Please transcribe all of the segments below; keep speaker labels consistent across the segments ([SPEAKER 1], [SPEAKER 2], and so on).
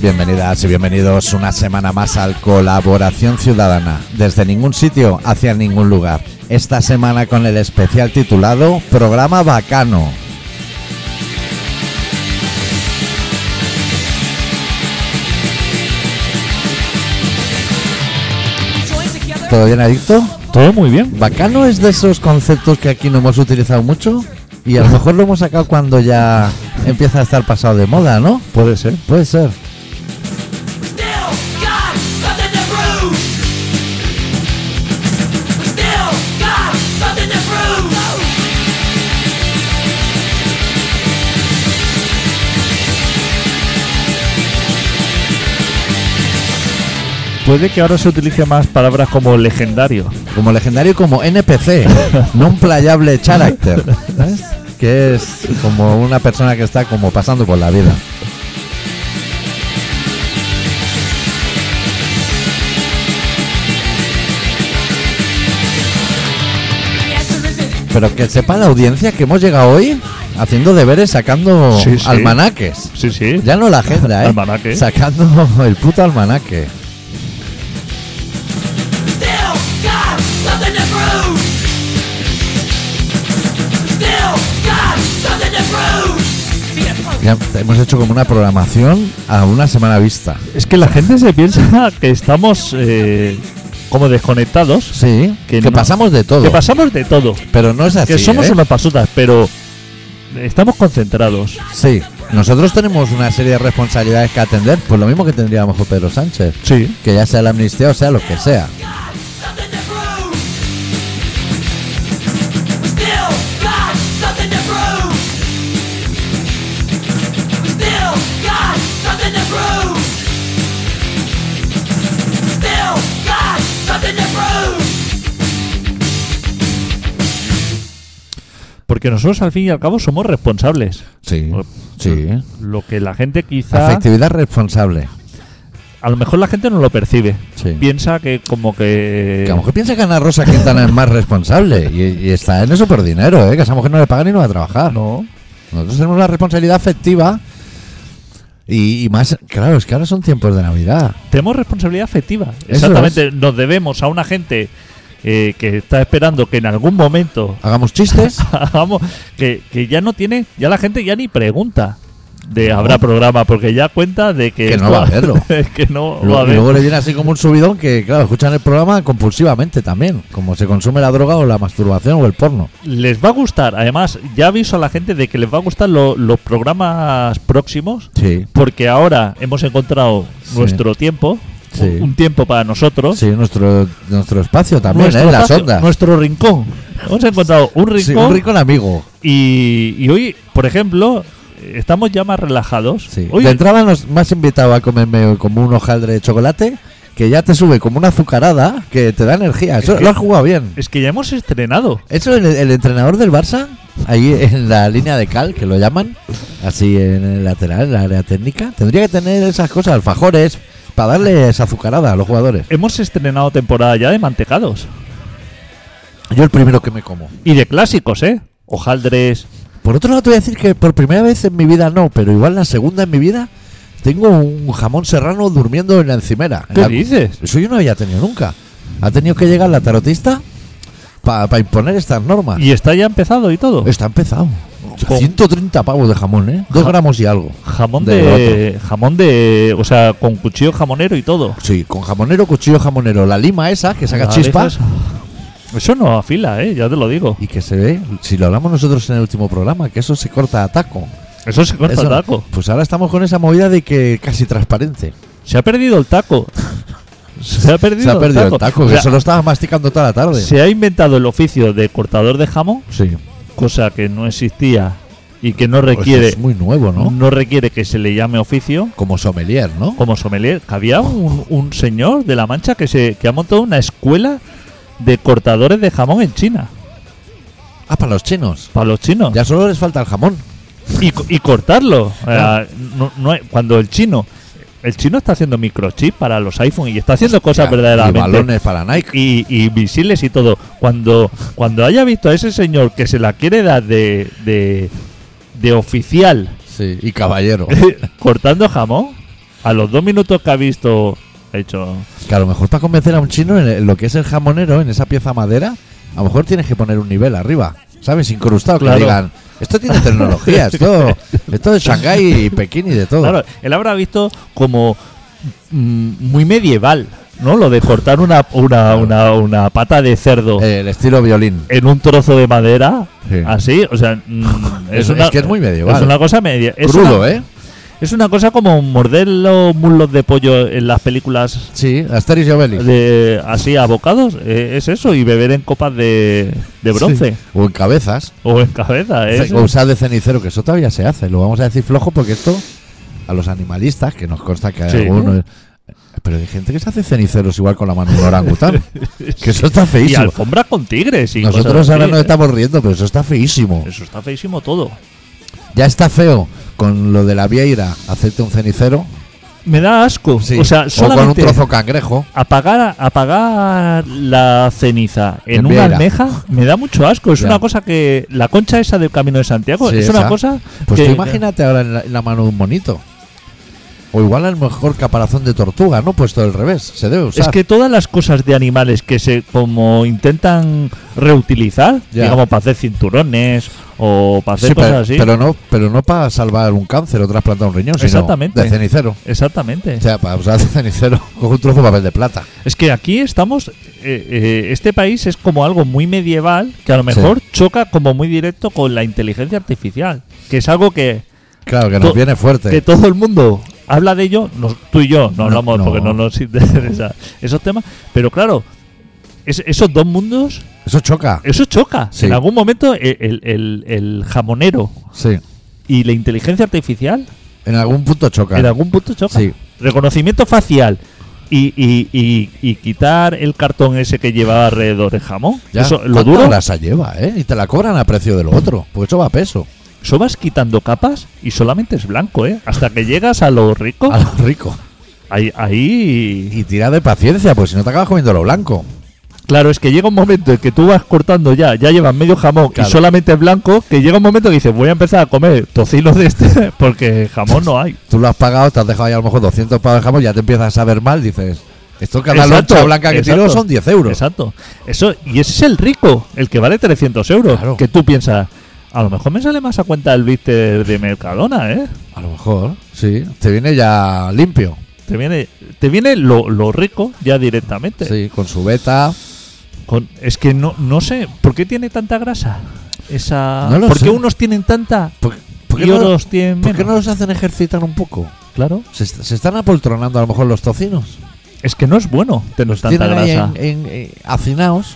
[SPEAKER 1] Bienvenidas y bienvenidos una semana más al Colaboración Ciudadana, desde ningún sitio hacia ningún lugar. Esta semana con el especial titulado Programa Bacano. ¿Todo bien, Adicto?
[SPEAKER 2] Todo muy bien.
[SPEAKER 1] Bacano es de esos conceptos que aquí no hemos utilizado mucho y a lo mejor lo hemos sacado cuando ya empieza a estar pasado de moda, ¿no?
[SPEAKER 2] Puede ser.
[SPEAKER 1] Puede ser.
[SPEAKER 3] Still got something to prove. We still got something to prove.
[SPEAKER 2] Puede que ahora se utilice más palabras como legendario.
[SPEAKER 1] Como legendario, como NPC, non playable character, ¿sabes? que es como una persona que está como pasando por la vida.
[SPEAKER 3] The answer isn't
[SPEAKER 1] Pero que sepa la audiencia que hemos llegado hoy haciendo deberes, sacando
[SPEAKER 2] Sí, sí.
[SPEAKER 1] almanaques.
[SPEAKER 2] Sí, sí.
[SPEAKER 1] Ya no la agenda, ¿eh?
[SPEAKER 2] Almanaque.
[SPEAKER 1] Sacando el puto almanaque.
[SPEAKER 3] still got something to prove. We still got something to prove. See that punk
[SPEAKER 1] Ya hemos hecho como una programación a una semana vista.
[SPEAKER 2] Es que la gente se piensa que estamos eh, como desconectados,
[SPEAKER 1] Sí, que,
[SPEAKER 2] Que no.
[SPEAKER 1] pasamos de todo.
[SPEAKER 2] que pasamos de todo,
[SPEAKER 1] pero no es así.
[SPEAKER 2] que somos
[SPEAKER 1] ¿eh?
[SPEAKER 2] unas pasutas, pero estamos concentrados.
[SPEAKER 1] Sí, nosotros tenemos una serie de responsabilidades que atender, pues lo mismo que tendría a lo mejor Pedro Sánchez.
[SPEAKER 2] Sí.
[SPEAKER 1] que ya sea la amnistía o sea lo que sea.
[SPEAKER 3] got something to prove. We still got something to prove. We still got something to prove. We still got something to prove.
[SPEAKER 2] Porque nosotros al fin y al cabo somos responsables.
[SPEAKER 1] Sí,
[SPEAKER 2] Lo-
[SPEAKER 1] sí.
[SPEAKER 2] Lo que la gente quizá...
[SPEAKER 1] Afectividad responsable.
[SPEAKER 2] A lo mejor la gente no lo percibe.
[SPEAKER 1] Sí.
[SPEAKER 2] Piensa que como que...
[SPEAKER 1] Que a lo mejor piensa que Ana Rosa Quintana es más responsable y, y está en eso por dinero, ¿eh? que a esa mujer no le pagan y no va a trabajar.
[SPEAKER 2] No.
[SPEAKER 1] Nosotros tenemos una responsabilidad afectiva y, y más, claro, es que ahora son tiempos de Navidad.
[SPEAKER 2] Tenemos responsabilidad afectiva.
[SPEAKER 1] es.
[SPEAKER 2] Exactamente. Nos debemos a una gente eh, que está esperando que en algún momento
[SPEAKER 1] Hagamos chistes.
[SPEAKER 2] hagamos. Que, que ya no tiene. Ya la gente ya ni pregunta de habrá programa, porque ya cuenta de que.
[SPEAKER 1] Que no
[SPEAKER 2] esto-
[SPEAKER 1] va a haberlo.
[SPEAKER 2] que no va a
[SPEAKER 1] Lu- Y
[SPEAKER 2] haber.
[SPEAKER 1] luego le viene así como un subidón que, claro, escuchan el programa compulsivamente también, como se consume la droga o la masturbación o el porno.
[SPEAKER 2] Les va a gustar. Además, ya aviso a la gente de que les va a gustar lo- los programas próximos.
[SPEAKER 1] Sí.
[SPEAKER 2] Porque ahora hemos encontrado
[SPEAKER 1] Sí.
[SPEAKER 2] nuestro tiempo.
[SPEAKER 1] Sí.
[SPEAKER 2] Un, un tiempo para nosotros.
[SPEAKER 1] Sí, nuestro, nuestro espacio también, ¿eh? Las
[SPEAKER 2] espacio,
[SPEAKER 1] ondas.
[SPEAKER 2] nuestro rincón. Hemos encontrado un rincón.
[SPEAKER 1] Sí, un rincón amigo.
[SPEAKER 2] Y, y hoy, por ejemplo, estamos ya más relajados.
[SPEAKER 1] Sí.
[SPEAKER 2] Hoy-
[SPEAKER 1] De entrada nos, me has invitado a comerme como un hojaldre de chocolate que ya te sube como una azucarada que te da energía. Eso,
[SPEAKER 2] Es que-
[SPEAKER 1] lo has jugado bien.
[SPEAKER 2] es que ya hemos estrenado.
[SPEAKER 1] Eso el, el entrenador del Barça, ahí en la línea de cal, que lo llaman, así en el lateral, en la área técnica, tendría que tener esas cosas, alfajores, para darle esa azucarada a los jugadores.
[SPEAKER 2] Hemos estrenado temporada ya de mantecados.
[SPEAKER 1] Yo el primero que me como.
[SPEAKER 2] Y de clásicos, ¿eh? Hojaldres.
[SPEAKER 1] Por otro lado, te voy a decir que por primera vez en mi vida no, pero igual la segunda en mi vida, tengo un jamón serrano durmiendo en la encimera. En
[SPEAKER 2] ¿Qué
[SPEAKER 1] la-
[SPEAKER 2] dices?
[SPEAKER 1] Eso yo no había tenido nunca. Ha tenido que llegar la tarotista para imponer estas normas.
[SPEAKER 2] Y está ya empezado y todo.
[SPEAKER 1] Está empezado.
[SPEAKER 2] Jo.
[SPEAKER 1] 130 pavos de jamón, ¿eh? Dos
[SPEAKER 2] Ja-
[SPEAKER 1] gramos y algo.
[SPEAKER 2] Jamón
[SPEAKER 1] de
[SPEAKER 2] de, Jamón de. O sea, con cuchillo jamonero y todo.
[SPEAKER 1] Sí, con jamonero, cuchillo jamonero. La lima esa, que saca
[SPEAKER 2] Ah,
[SPEAKER 1] chispas.
[SPEAKER 2] dejas- Eso no afila, ¿eh? Ya te lo digo.
[SPEAKER 1] Y que se ve, si lo hablamos nosotros en el último programa, que eso se corta a taco.
[SPEAKER 2] Eso se corta
[SPEAKER 1] Eso-
[SPEAKER 2] el taco.
[SPEAKER 1] Pues ahora estamos con esa movida de que casi transparente.
[SPEAKER 2] Se ha perdido el taco. Se ha perdido,
[SPEAKER 1] Se ha perdido el taco,
[SPEAKER 2] O
[SPEAKER 1] que
[SPEAKER 2] sea,
[SPEAKER 1] se lo estaba masticando toda la tarde.
[SPEAKER 2] se ha inventado el oficio de cortador de jamón
[SPEAKER 1] Sí.
[SPEAKER 2] cosa que no existía y que no
[SPEAKER 1] Pues
[SPEAKER 2] requiere
[SPEAKER 1] es muy nuevo,
[SPEAKER 2] ¿no?
[SPEAKER 1] ¿no?
[SPEAKER 2] requiere que se le llame oficio
[SPEAKER 1] Como sommelier, ¿no?
[SPEAKER 2] como sommelier que había un, un señor de la Mancha que se que ha montado una escuela de cortadores de jamón en China
[SPEAKER 1] Ah, para los chinos.
[SPEAKER 2] para los chinos
[SPEAKER 1] Ya solo les falta el jamón.
[SPEAKER 2] y, co- y cortarlo
[SPEAKER 1] Ah.
[SPEAKER 2] Eh, no- no hay- cuando el chino el chino está haciendo microchip para los iPhone y está haciendo cosas
[SPEAKER 1] Ya,
[SPEAKER 2] verdaderamente
[SPEAKER 1] Y balones para Nike.
[SPEAKER 2] y, y misiles y todo. Cuando, cuando haya visto a ese señor que se la quiere dar de, de, de oficial
[SPEAKER 1] Sí, y caballero.
[SPEAKER 2] cortando jamón, a los dos minutos que ha visto, ha dicho,
[SPEAKER 1] Que a lo mejor para convencer a un chino en el- lo que es el jamonero, en esa pieza madera, a lo mejor tienes que poner un nivel arriba, ¿sabes? Incrustado,
[SPEAKER 2] Claro.
[SPEAKER 1] que digan, esto tiene tecnología, esto, esto es Shanghái y Pekín y de todo.
[SPEAKER 2] Claro, él habrá visto como mm, muy medieval, ¿no? Lo de cortar una, una, una, una pata de cerdo
[SPEAKER 1] El estilo violín.
[SPEAKER 2] en un trozo de madera,
[SPEAKER 1] Eh. Sí.
[SPEAKER 2] así, o sea, mm,
[SPEAKER 1] Es- es que es muy medieval.
[SPEAKER 2] Es una cosa media, es
[SPEAKER 1] Crudo,
[SPEAKER 2] una-
[SPEAKER 1] ¿eh?
[SPEAKER 2] Es una cosa como morder los muslos de pollo en las películas
[SPEAKER 1] Sí, Asterix y Obelix.
[SPEAKER 2] de así abocados, eh, es eso, y beber en copas de, de bronce
[SPEAKER 1] Sí. O en cabezas.
[SPEAKER 2] o en cabeza, es-
[SPEAKER 1] Ce- O usar de cenicero, que eso todavía se hace. Lo vamos a decir flojo porque esto a los animalistas, que nos consta que hay
[SPEAKER 2] Sí.
[SPEAKER 1] algunos. Pero hay gente que se hace ceniceros igual con la mano de un orangután. que eso está
[SPEAKER 2] y
[SPEAKER 1] feísimo.
[SPEAKER 2] alfombras con tigres y
[SPEAKER 1] Nosotros
[SPEAKER 2] cosas
[SPEAKER 1] ahora
[SPEAKER 2] así.
[SPEAKER 1] nos estamos riendo, pero eso está feísimo.
[SPEAKER 2] Eso está feísimo todo.
[SPEAKER 1] Ya está feo con lo de la vieira, hacerte un cenicero.
[SPEAKER 2] Me da asco.
[SPEAKER 1] Sí.
[SPEAKER 2] O sea,
[SPEAKER 1] con un
[SPEAKER 2] solamente
[SPEAKER 1] trozo cangrejo.
[SPEAKER 2] apagar, apagar la ceniza en
[SPEAKER 1] En
[SPEAKER 2] una
[SPEAKER 1] Viera.
[SPEAKER 2] almeja me da mucho asco. Es
[SPEAKER 1] Ya.
[SPEAKER 2] una cosa que. La concha esa del camino de Santiago
[SPEAKER 1] Sí,
[SPEAKER 2] es una
[SPEAKER 1] esa.
[SPEAKER 2] cosa.
[SPEAKER 1] Pues
[SPEAKER 2] que,
[SPEAKER 1] tú imagínate ahora en la, en la mano de un monito. O igual al mejor caparazón de tortuga, ¿no? Puesto al revés. Se debe usar.
[SPEAKER 2] Es que todas las cosas de animales que se como intentan reutilizar,
[SPEAKER 1] Ya.
[SPEAKER 2] digamos para hacer cinturones o para hacer
[SPEAKER 1] Sí,
[SPEAKER 2] cosas
[SPEAKER 1] pero,
[SPEAKER 2] así.
[SPEAKER 1] pero no, pero no para salvar un cáncer o trasplantar un riñón, sino
[SPEAKER 2] Exactamente.
[SPEAKER 1] de cenicero.
[SPEAKER 2] Exactamente.
[SPEAKER 1] O sea, para usar de cenicero con un trozo de papel de plata.
[SPEAKER 2] Es que aquí estamos, eh, eh, este país es como algo muy medieval que a lo
[SPEAKER 1] Sí.
[SPEAKER 2] mejor choca como muy directo con la inteligencia artificial, que es algo que,
[SPEAKER 1] Claro, que nos
[SPEAKER 2] To-
[SPEAKER 1] viene fuerte.
[SPEAKER 2] que todo el mundo habla de ello, nos- tú y yo no
[SPEAKER 1] No,
[SPEAKER 2] hablamos
[SPEAKER 1] no.
[SPEAKER 2] porque no nos interesa esos temas, pero claro, es- esos dos mundos,
[SPEAKER 1] Eso choca.
[SPEAKER 2] eso choca.
[SPEAKER 1] Sí.
[SPEAKER 2] En algún momento el, el- el- el jamonero
[SPEAKER 1] Sí.
[SPEAKER 2] y la inteligencia artificial
[SPEAKER 1] En algún punto choca.
[SPEAKER 2] en algún punto chocan.
[SPEAKER 1] Sí.
[SPEAKER 2] Reconocimiento facial. Y, y- y- y quitar el cartón ese que llevaba alrededor el jamón.
[SPEAKER 1] Ya,
[SPEAKER 2] Eso, lo
[SPEAKER 1] ¿cuántas
[SPEAKER 2] duro.
[SPEAKER 1] horas se lleva, ¿eh? Y te la cobran a precio del otro. Pues eso va a peso.
[SPEAKER 2] Eso vas quitando capas y solamente es blanco, ¿eh? Hasta que llegas a lo rico.
[SPEAKER 1] A lo rico.
[SPEAKER 2] Ahí, ahí
[SPEAKER 1] Y tira de paciencia, pues si no te acabas comiendo lo blanco.
[SPEAKER 2] Claro, es que llega un momento en que tú vas cortando ya, ya llevas medio jamón
[SPEAKER 1] Claro.
[SPEAKER 2] y solamente es blanco, que llega un momento que dices, voy a empezar a comer tocinos de este, porque jamón no hay.
[SPEAKER 1] Tú lo has pagado, te has dejado ya a lo mejor 200 pavos de jamón, ya te empiezas a saber mal, dices... Esto que la
[SPEAKER 2] Exacto,
[SPEAKER 1] loncha blanca que
[SPEAKER 2] exacto.
[SPEAKER 1] tiro son 10 euros.
[SPEAKER 2] Exacto. Eso, y ese es el rico, el que vale 300 euros,
[SPEAKER 1] Claro.
[SPEAKER 2] que tú piensas, a lo mejor me sale más a cuenta el bíster de Mercadona, ¿eh?
[SPEAKER 1] A lo mejor, sí. Te viene ya limpio.
[SPEAKER 2] Te viene, te viene lo, lo rico ya directamente.
[SPEAKER 1] Sí, con su beta.
[SPEAKER 2] Con- es que no, no sé, ¿por qué tiene tanta grasa? Esa,
[SPEAKER 1] No lo
[SPEAKER 2] ¿Por qué
[SPEAKER 1] sé.
[SPEAKER 2] unos tienen tanta
[SPEAKER 1] ¿Por, por qué
[SPEAKER 2] y
[SPEAKER 1] no-
[SPEAKER 2] otros tienen
[SPEAKER 1] por qué no
[SPEAKER 2] menos?
[SPEAKER 1] los hacen ejercitar un poco?
[SPEAKER 2] Claro.
[SPEAKER 1] Se, est- se están apoltronando a lo mejor los tocinos.
[SPEAKER 2] Es que no es bueno tener tanta
[SPEAKER 1] Tienen ahí
[SPEAKER 2] grasa.
[SPEAKER 1] en, en, eh, hacinaos.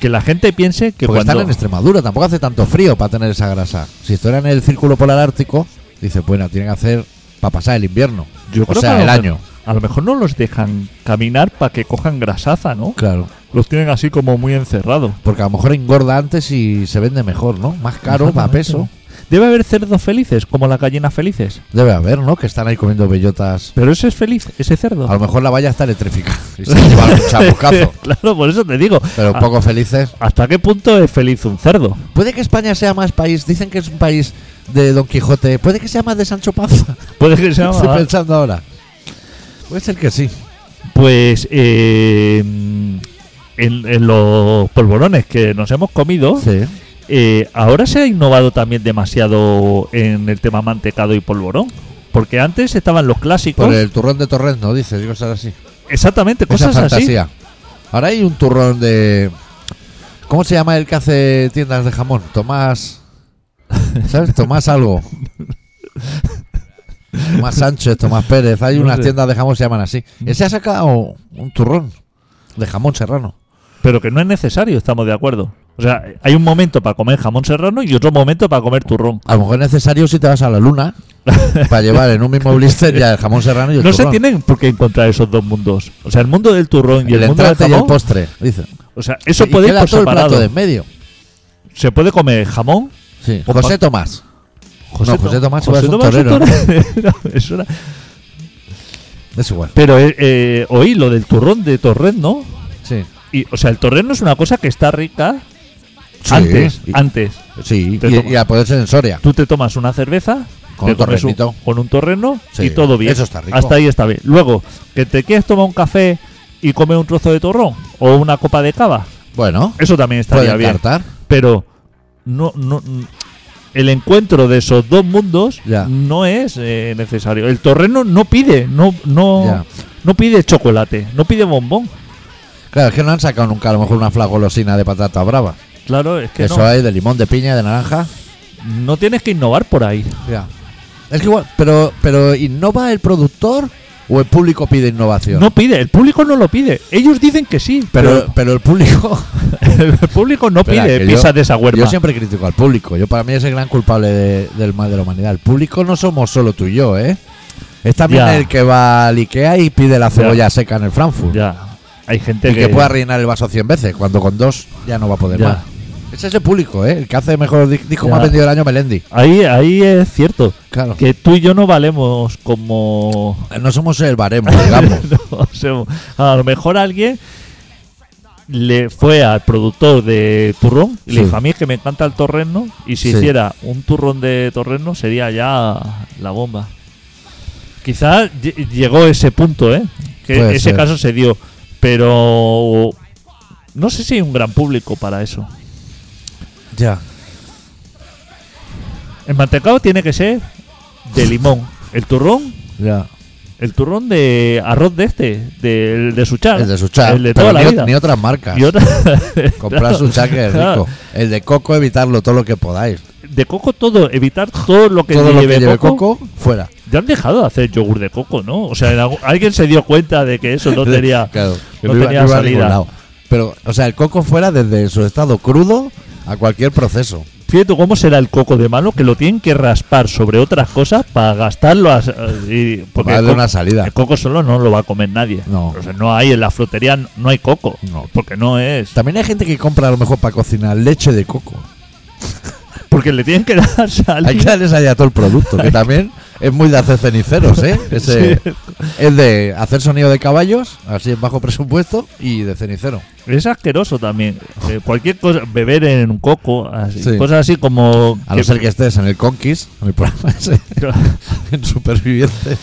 [SPEAKER 2] Que la gente piense que
[SPEAKER 1] porque
[SPEAKER 2] cuando...
[SPEAKER 1] están en Extremadura, tampoco hace tanto frío para tener esa grasa. Si estuviera en el círculo polar ártico, dice, bueno, tienen que hacer para pasar el invierno.
[SPEAKER 2] Yo
[SPEAKER 1] o
[SPEAKER 2] creo
[SPEAKER 1] sea,
[SPEAKER 2] que a
[SPEAKER 1] el
[SPEAKER 2] lo-
[SPEAKER 1] año.
[SPEAKER 2] A lo mejor no los dejan caminar para que cojan grasaza, ¿no?
[SPEAKER 1] Claro.
[SPEAKER 2] Los tienen así como muy encerrados.
[SPEAKER 1] Porque a lo mejor engorda antes y se vende mejor, ¿no? Más caro, más peso.
[SPEAKER 2] Debe haber cerdos felices, como las gallinas felices.
[SPEAKER 1] Debe haber, ¿no? Que están ahí comiendo bellotas.
[SPEAKER 2] Pero ese es feliz, ese cerdo.
[SPEAKER 1] A lo mejor la valla está electrificada y se lleva algún chapucazo.
[SPEAKER 2] claro, por eso te digo.
[SPEAKER 1] Pero
[SPEAKER 2] a-
[SPEAKER 1] poco felices.
[SPEAKER 2] ¿Hasta qué punto es feliz un cerdo?
[SPEAKER 1] Puede que España sea más país. Dicen que es un país de Don Quijote. Puede que sea más de Sancho Panza.
[SPEAKER 2] Puede que sea...
[SPEAKER 1] Estoy pensando ahora. Puede ser que sí.
[SPEAKER 2] Pues eh, en, en los polvorones que nos hemos comido...
[SPEAKER 1] Sí.
[SPEAKER 2] Eh, ahora se ha innovado también demasiado en el tema mantecado y polvorón. Porque antes estaban los clásicos.
[SPEAKER 1] Por el turrón de Torres, ¿no? Dices, cosas así.
[SPEAKER 2] Exactamente,
[SPEAKER 1] Esa
[SPEAKER 2] cosas así.
[SPEAKER 1] fantasía. Ahora hay un turrón de. ¿Cómo se llama el que hace tiendas de jamón? Tomás. ¿Sabes? Tomás algo. Tomás Sánchez, Tomás Pérez. Hay
[SPEAKER 2] No
[SPEAKER 1] unas
[SPEAKER 2] sé.
[SPEAKER 1] tiendas de jamón que se llaman así. Ese ha sacado un turrón de jamón serrano.
[SPEAKER 2] Pero que no es necesario, estamos de acuerdo. O sea, hay un momento para comer jamón serrano y otro momento para comer turrón.
[SPEAKER 1] A lo mejor es necesario si te vas a la luna para llevar en un mismo blister ya el jamón serrano y el
[SPEAKER 2] No se
[SPEAKER 1] turrón.
[SPEAKER 2] tienen por qué encontrar esos dos mundos. O sea, el mundo del turrón y el,
[SPEAKER 1] el
[SPEAKER 2] mundo del
[SPEAKER 1] entrante y el
[SPEAKER 2] jamón.
[SPEAKER 1] postre. Dice.
[SPEAKER 2] o sea, eso
[SPEAKER 1] Y
[SPEAKER 2] puede ir
[SPEAKER 1] queda
[SPEAKER 2] por
[SPEAKER 1] todo el plato
[SPEAKER 2] separado.
[SPEAKER 1] de en medio.
[SPEAKER 2] Se puede comer jamón.
[SPEAKER 1] Sí.
[SPEAKER 2] O
[SPEAKER 1] José
[SPEAKER 2] pa-
[SPEAKER 1] Tomás. No, José
[SPEAKER 2] Tom-
[SPEAKER 1] Tomás
[SPEAKER 2] José
[SPEAKER 1] es un
[SPEAKER 2] Tomás
[SPEAKER 1] torero, ¿eh?
[SPEAKER 2] torero. Eso era-
[SPEAKER 1] Es igual.
[SPEAKER 2] Pero eh, eh, oí lo del turrón de Torres, ¿no?
[SPEAKER 1] Sí.
[SPEAKER 2] Y, o sea, el torreno es una cosa que está rica
[SPEAKER 1] Sí,
[SPEAKER 2] antes,
[SPEAKER 1] y-
[SPEAKER 2] antes.
[SPEAKER 1] Sí,
[SPEAKER 2] Te
[SPEAKER 1] y,
[SPEAKER 2] toma-
[SPEAKER 1] y a poder ser en Soria.
[SPEAKER 2] Tú te tomas una cerveza
[SPEAKER 1] Con
[SPEAKER 2] Te
[SPEAKER 1] un
[SPEAKER 2] comes
[SPEAKER 1] torrenito.
[SPEAKER 2] con un torreno
[SPEAKER 1] Sí,
[SPEAKER 2] y todo bien.
[SPEAKER 1] eso está rico.
[SPEAKER 2] Hasta ahí está bien. Luego, que te quieres tomar un café y comer un trozo de torrón o una copa de cava,
[SPEAKER 1] Bueno,
[SPEAKER 2] eso también estaría
[SPEAKER 1] puede
[SPEAKER 2] bien.
[SPEAKER 1] encartar.
[SPEAKER 2] Pero no, no, n- el encuentro de esos dos mundos
[SPEAKER 1] Ya.
[SPEAKER 2] no es eh, necesario. El torreno no pide, no,
[SPEAKER 1] Ya.
[SPEAKER 2] no, no pide chocolate, no pide bombón.
[SPEAKER 1] Claro, es que no han sacado nunca a lo mejor una flagolosina de patata brava.
[SPEAKER 2] Claro, es que
[SPEAKER 1] eso
[SPEAKER 2] no,
[SPEAKER 1] hay de limón, de piña, de naranja.
[SPEAKER 2] no tienes que innovar por ahí.
[SPEAKER 1] Ya. Es que igual, pero, pero ¿innova el productor o el público pide innovación?
[SPEAKER 2] No pide, el público no lo pide. Ellos dicen que sí,
[SPEAKER 1] pero,
[SPEAKER 2] pero,
[SPEAKER 1] pero el público.
[SPEAKER 2] el público no
[SPEAKER 1] Espera,
[SPEAKER 2] pide
[SPEAKER 1] que
[SPEAKER 2] pizza
[SPEAKER 1] yo-
[SPEAKER 2] de esa huerma.
[SPEAKER 1] Yo siempre critico al público. Yo para mí es el gran culpable de- del mal de la humanidad. El público no somos solo tú y yo, ¿eh? Es también
[SPEAKER 2] Ya.
[SPEAKER 1] el que va al Ikea y pide la cebolla seca en el Frankfurt.
[SPEAKER 2] Ya, hay gente
[SPEAKER 1] Y que pueda rellenar el vaso 100 veces, cuando con dos ya no va a poder
[SPEAKER 2] Ya.
[SPEAKER 1] más. Es ese público, ¿eh? El que hace mejor di- disco más
[SPEAKER 2] Ya.
[SPEAKER 1] vendido del año Melendi.
[SPEAKER 2] Ahí, ahí es cierto
[SPEAKER 1] Claro.
[SPEAKER 2] que tú y yo no valemos como
[SPEAKER 1] No somos el baremo, digamos.
[SPEAKER 2] No, o sea, a lo mejor alguien le fue al productor de turrón y
[SPEAKER 1] Sí.
[SPEAKER 2] le dijo a mí es que me encanta el torreno y si
[SPEAKER 1] Sí.
[SPEAKER 2] hiciera un turrón de torreno sería ya la bomba. Quizás lle- llegó ese punto, ¿eh? Que
[SPEAKER 1] Puede
[SPEAKER 2] ese
[SPEAKER 1] ser.
[SPEAKER 2] caso se dio, pero no sé si hay un gran público para eso.
[SPEAKER 1] ya.
[SPEAKER 2] El mantecado tiene que ser de limón, el turrón
[SPEAKER 1] Ya.
[SPEAKER 2] El turrón de arroz de este, del de Suchar.
[SPEAKER 1] El de Suchar.
[SPEAKER 2] El de
[SPEAKER 1] Pero
[SPEAKER 2] toda la
[SPEAKER 1] ni, o-
[SPEAKER 2] vida.
[SPEAKER 1] ni otras marcas.
[SPEAKER 2] Y otra-
[SPEAKER 1] Comprar
[SPEAKER 2] Claro,
[SPEAKER 1] Suchar que es
[SPEAKER 2] claro.
[SPEAKER 1] rico. El de coco, evitarlo todo lo que podáis.
[SPEAKER 2] De coco todo, evitar todo lo que,
[SPEAKER 1] todo lo
[SPEAKER 2] lleve,
[SPEAKER 1] que lleve
[SPEAKER 2] coco.
[SPEAKER 1] coco, fuera.
[SPEAKER 2] Ya han dejado de hacer yogur de coco, ¿no? O sea, en algún- alguien se dio cuenta de que eso no tenía,
[SPEAKER 1] Claro, que
[SPEAKER 2] no
[SPEAKER 1] iba-
[SPEAKER 2] tenía
[SPEAKER 1] iba a ningún
[SPEAKER 2] salida.
[SPEAKER 1] lado. Pero, o sea, el coco fuera desde su estado crudo a cualquier proceso.
[SPEAKER 2] Fíjate cómo será el coco de malo que lo tienen que raspar sobre otras cosas para gastarlo. as- y- porque
[SPEAKER 1] darle
[SPEAKER 2] el co-
[SPEAKER 1] una salida.
[SPEAKER 2] El coco solo no lo va a comer nadie.
[SPEAKER 1] No.
[SPEAKER 2] O sea, no hay en la frutería, no hay coco.
[SPEAKER 1] No.
[SPEAKER 2] Porque no es.
[SPEAKER 1] También hay gente que compra a lo mejor para cocinar leche de coco.
[SPEAKER 2] Porque le tienen que dar salida.
[SPEAKER 1] Hay que darles allá todo el producto, que también es muy de hacer ceniceros, ¿eh? Ese-
[SPEAKER 2] Sí.
[SPEAKER 1] Es de hacer sonido de caballos, así en bajo presupuesto, y de cenicero.
[SPEAKER 2] Es asqueroso también. Eh, cualquier cosa, beber en un coco, así,
[SPEAKER 1] Sí.
[SPEAKER 2] cosas así como.
[SPEAKER 1] A no ser que estés en el Conquist, en el programa ese, en Supervivientes.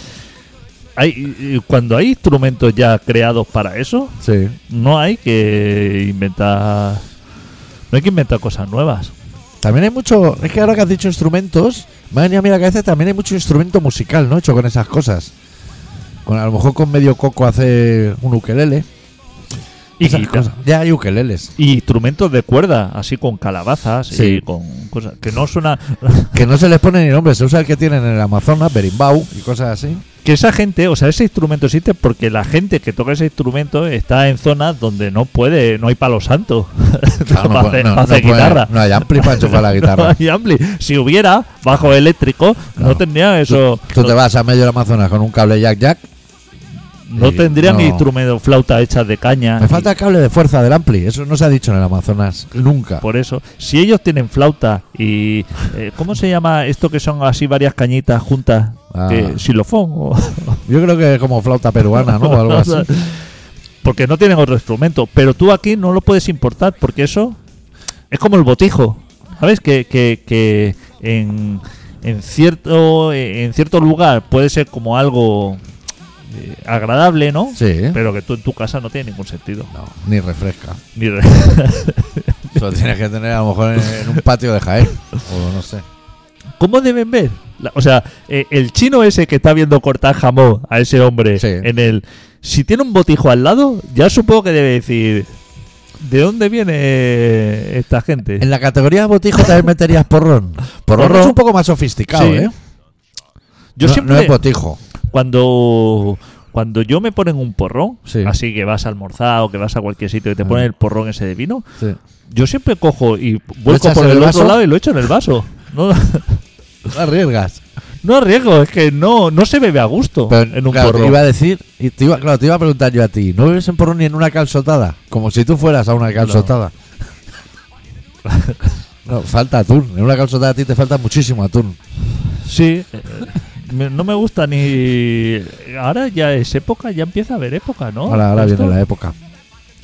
[SPEAKER 2] Hay- y- y cuando hay instrumentos ya creados para eso,
[SPEAKER 1] Sí.
[SPEAKER 2] no hay que inventar. No hay que inventar cosas nuevas.
[SPEAKER 1] También hay mucho. Es que ahora que has dicho instrumentos, me ha venido a mí a la cabeza también hay mucho instrumento musical, ¿no? Hecho con esas cosas. Con, a lo mejor con medio coco hace un ukelele.
[SPEAKER 2] Y,
[SPEAKER 1] esas
[SPEAKER 2] guitar-
[SPEAKER 1] cosas. Ya hay ukeleles.
[SPEAKER 2] y instrumentos de cuerda, así con calabazas
[SPEAKER 1] Sí.
[SPEAKER 2] y con cosas que no suena.
[SPEAKER 1] Que no se les pone ni nombre, se usa el que tienen en el Amazonas, berimbau y cosas así.
[SPEAKER 2] que esa gente, o sea, ese instrumento existe porque la gente que toca ese instrumento está en zonas donde no puede, no hay palo santo
[SPEAKER 1] Claro,
[SPEAKER 2] para
[SPEAKER 1] no,
[SPEAKER 2] hacer,
[SPEAKER 1] no,
[SPEAKER 2] para hacer
[SPEAKER 1] no puede-
[SPEAKER 2] guitarra.
[SPEAKER 1] no hay ampli para enchufar la guitarra.
[SPEAKER 2] Y ampli. Si hubiera bajo eléctrico,
[SPEAKER 1] Claro.
[SPEAKER 2] no tendría eso.
[SPEAKER 1] Tú
[SPEAKER 2] no,
[SPEAKER 1] te vas a medio del Amazonas con un cable jack jack.
[SPEAKER 2] no
[SPEAKER 1] y
[SPEAKER 2] tendría
[SPEAKER 1] no.
[SPEAKER 2] mi instrumento flauta hecha de caña.
[SPEAKER 1] Me
[SPEAKER 2] y
[SPEAKER 1] falta cable de fuerza del ampli. Eso no se ha dicho en el Amazonas nunca.
[SPEAKER 2] Por eso, si ellos tienen flauta y. eh, ¿Cómo se llama esto que son así varias cañitas juntas?
[SPEAKER 1] Ah.
[SPEAKER 2] Que- ¿Xilofón? o-
[SPEAKER 1] Yo creo que es como flauta peruana, ¿no? O algo así.
[SPEAKER 2] Porque no tienen otro instrumento. Pero tú aquí no lo puedes importar porque eso es como el botijo. ¿Sabes? Que, que, que en, en, cierto, en cierto lugar puede ser como algo eh, agradable, ¿no?
[SPEAKER 1] Sí, ¿eh?
[SPEAKER 2] Pero que tú en tu casa no tiene ningún sentido.
[SPEAKER 1] No, ni refresca.
[SPEAKER 2] Ni re-
[SPEAKER 1] Eso lo tienes que tener a lo mejor en, en un patio de Jaén. O no sé.
[SPEAKER 2] ¿Cómo deben ver? La- o sea, eh, el chino ese que está viendo cortar jamón a ese hombre
[SPEAKER 1] Sí.
[SPEAKER 2] en el. Si tiene un botijo al lado, ya supongo que debe decir. ¿De dónde viene esta gente?
[SPEAKER 1] En la categoría botijo también meterías porrón. Porrón,
[SPEAKER 2] Porrón.
[SPEAKER 1] es un poco más sofisticado,
[SPEAKER 2] Sí.
[SPEAKER 1] ¿eh?
[SPEAKER 2] Yo
[SPEAKER 1] no,
[SPEAKER 2] siempre.
[SPEAKER 1] no es botijo.
[SPEAKER 2] cuando cuando yo me ponen un porrón,
[SPEAKER 1] Sí.
[SPEAKER 2] así que vas a almorzar o que vas a cualquier sitio y te
[SPEAKER 1] Ah.
[SPEAKER 2] ponen el porrón ese de vino,
[SPEAKER 1] Sí.
[SPEAKER 2] yo siempre cojo y vuelco
[SPEAKER 1] echas
[SPEAKER 2] por
[SPEAKER 1] en
[SPEAKER 2] el
[SPEAKER 1] el
[SPEAKER 2] otro
[SPEAKER 1] vaso?
[SPEAKER 2] lado y lo echo en el vaso. No,
[SPEAKER 1] No arriesgas.
[SPEAKER 2] no arriesgo, es que no, no se bebe a gusto
[SPEAKER 1] Pero,
[SPEAKER 2] en un
[SPEAKER 1] claro, te
[SPEAKER 2] porrón.
[SPEAKER 1] iba a decir, y te iba, claro, te iba a preguntar yo a ti, ¿no bebes en porrón ni en una calzotada? Como si tú fueras a una calzotada. No, falta atún. En una calzotada a ti te falta muchísimo atún.
[SPEAKER 2] Sí. eh, me- No me gusta ni. Ahora ya es época, ya empieza a haber época, ¿no?
[SPEAKER 1] ahora ahora
[SPEAKER 2] Esto-
[SPEAKER 1] viene la época.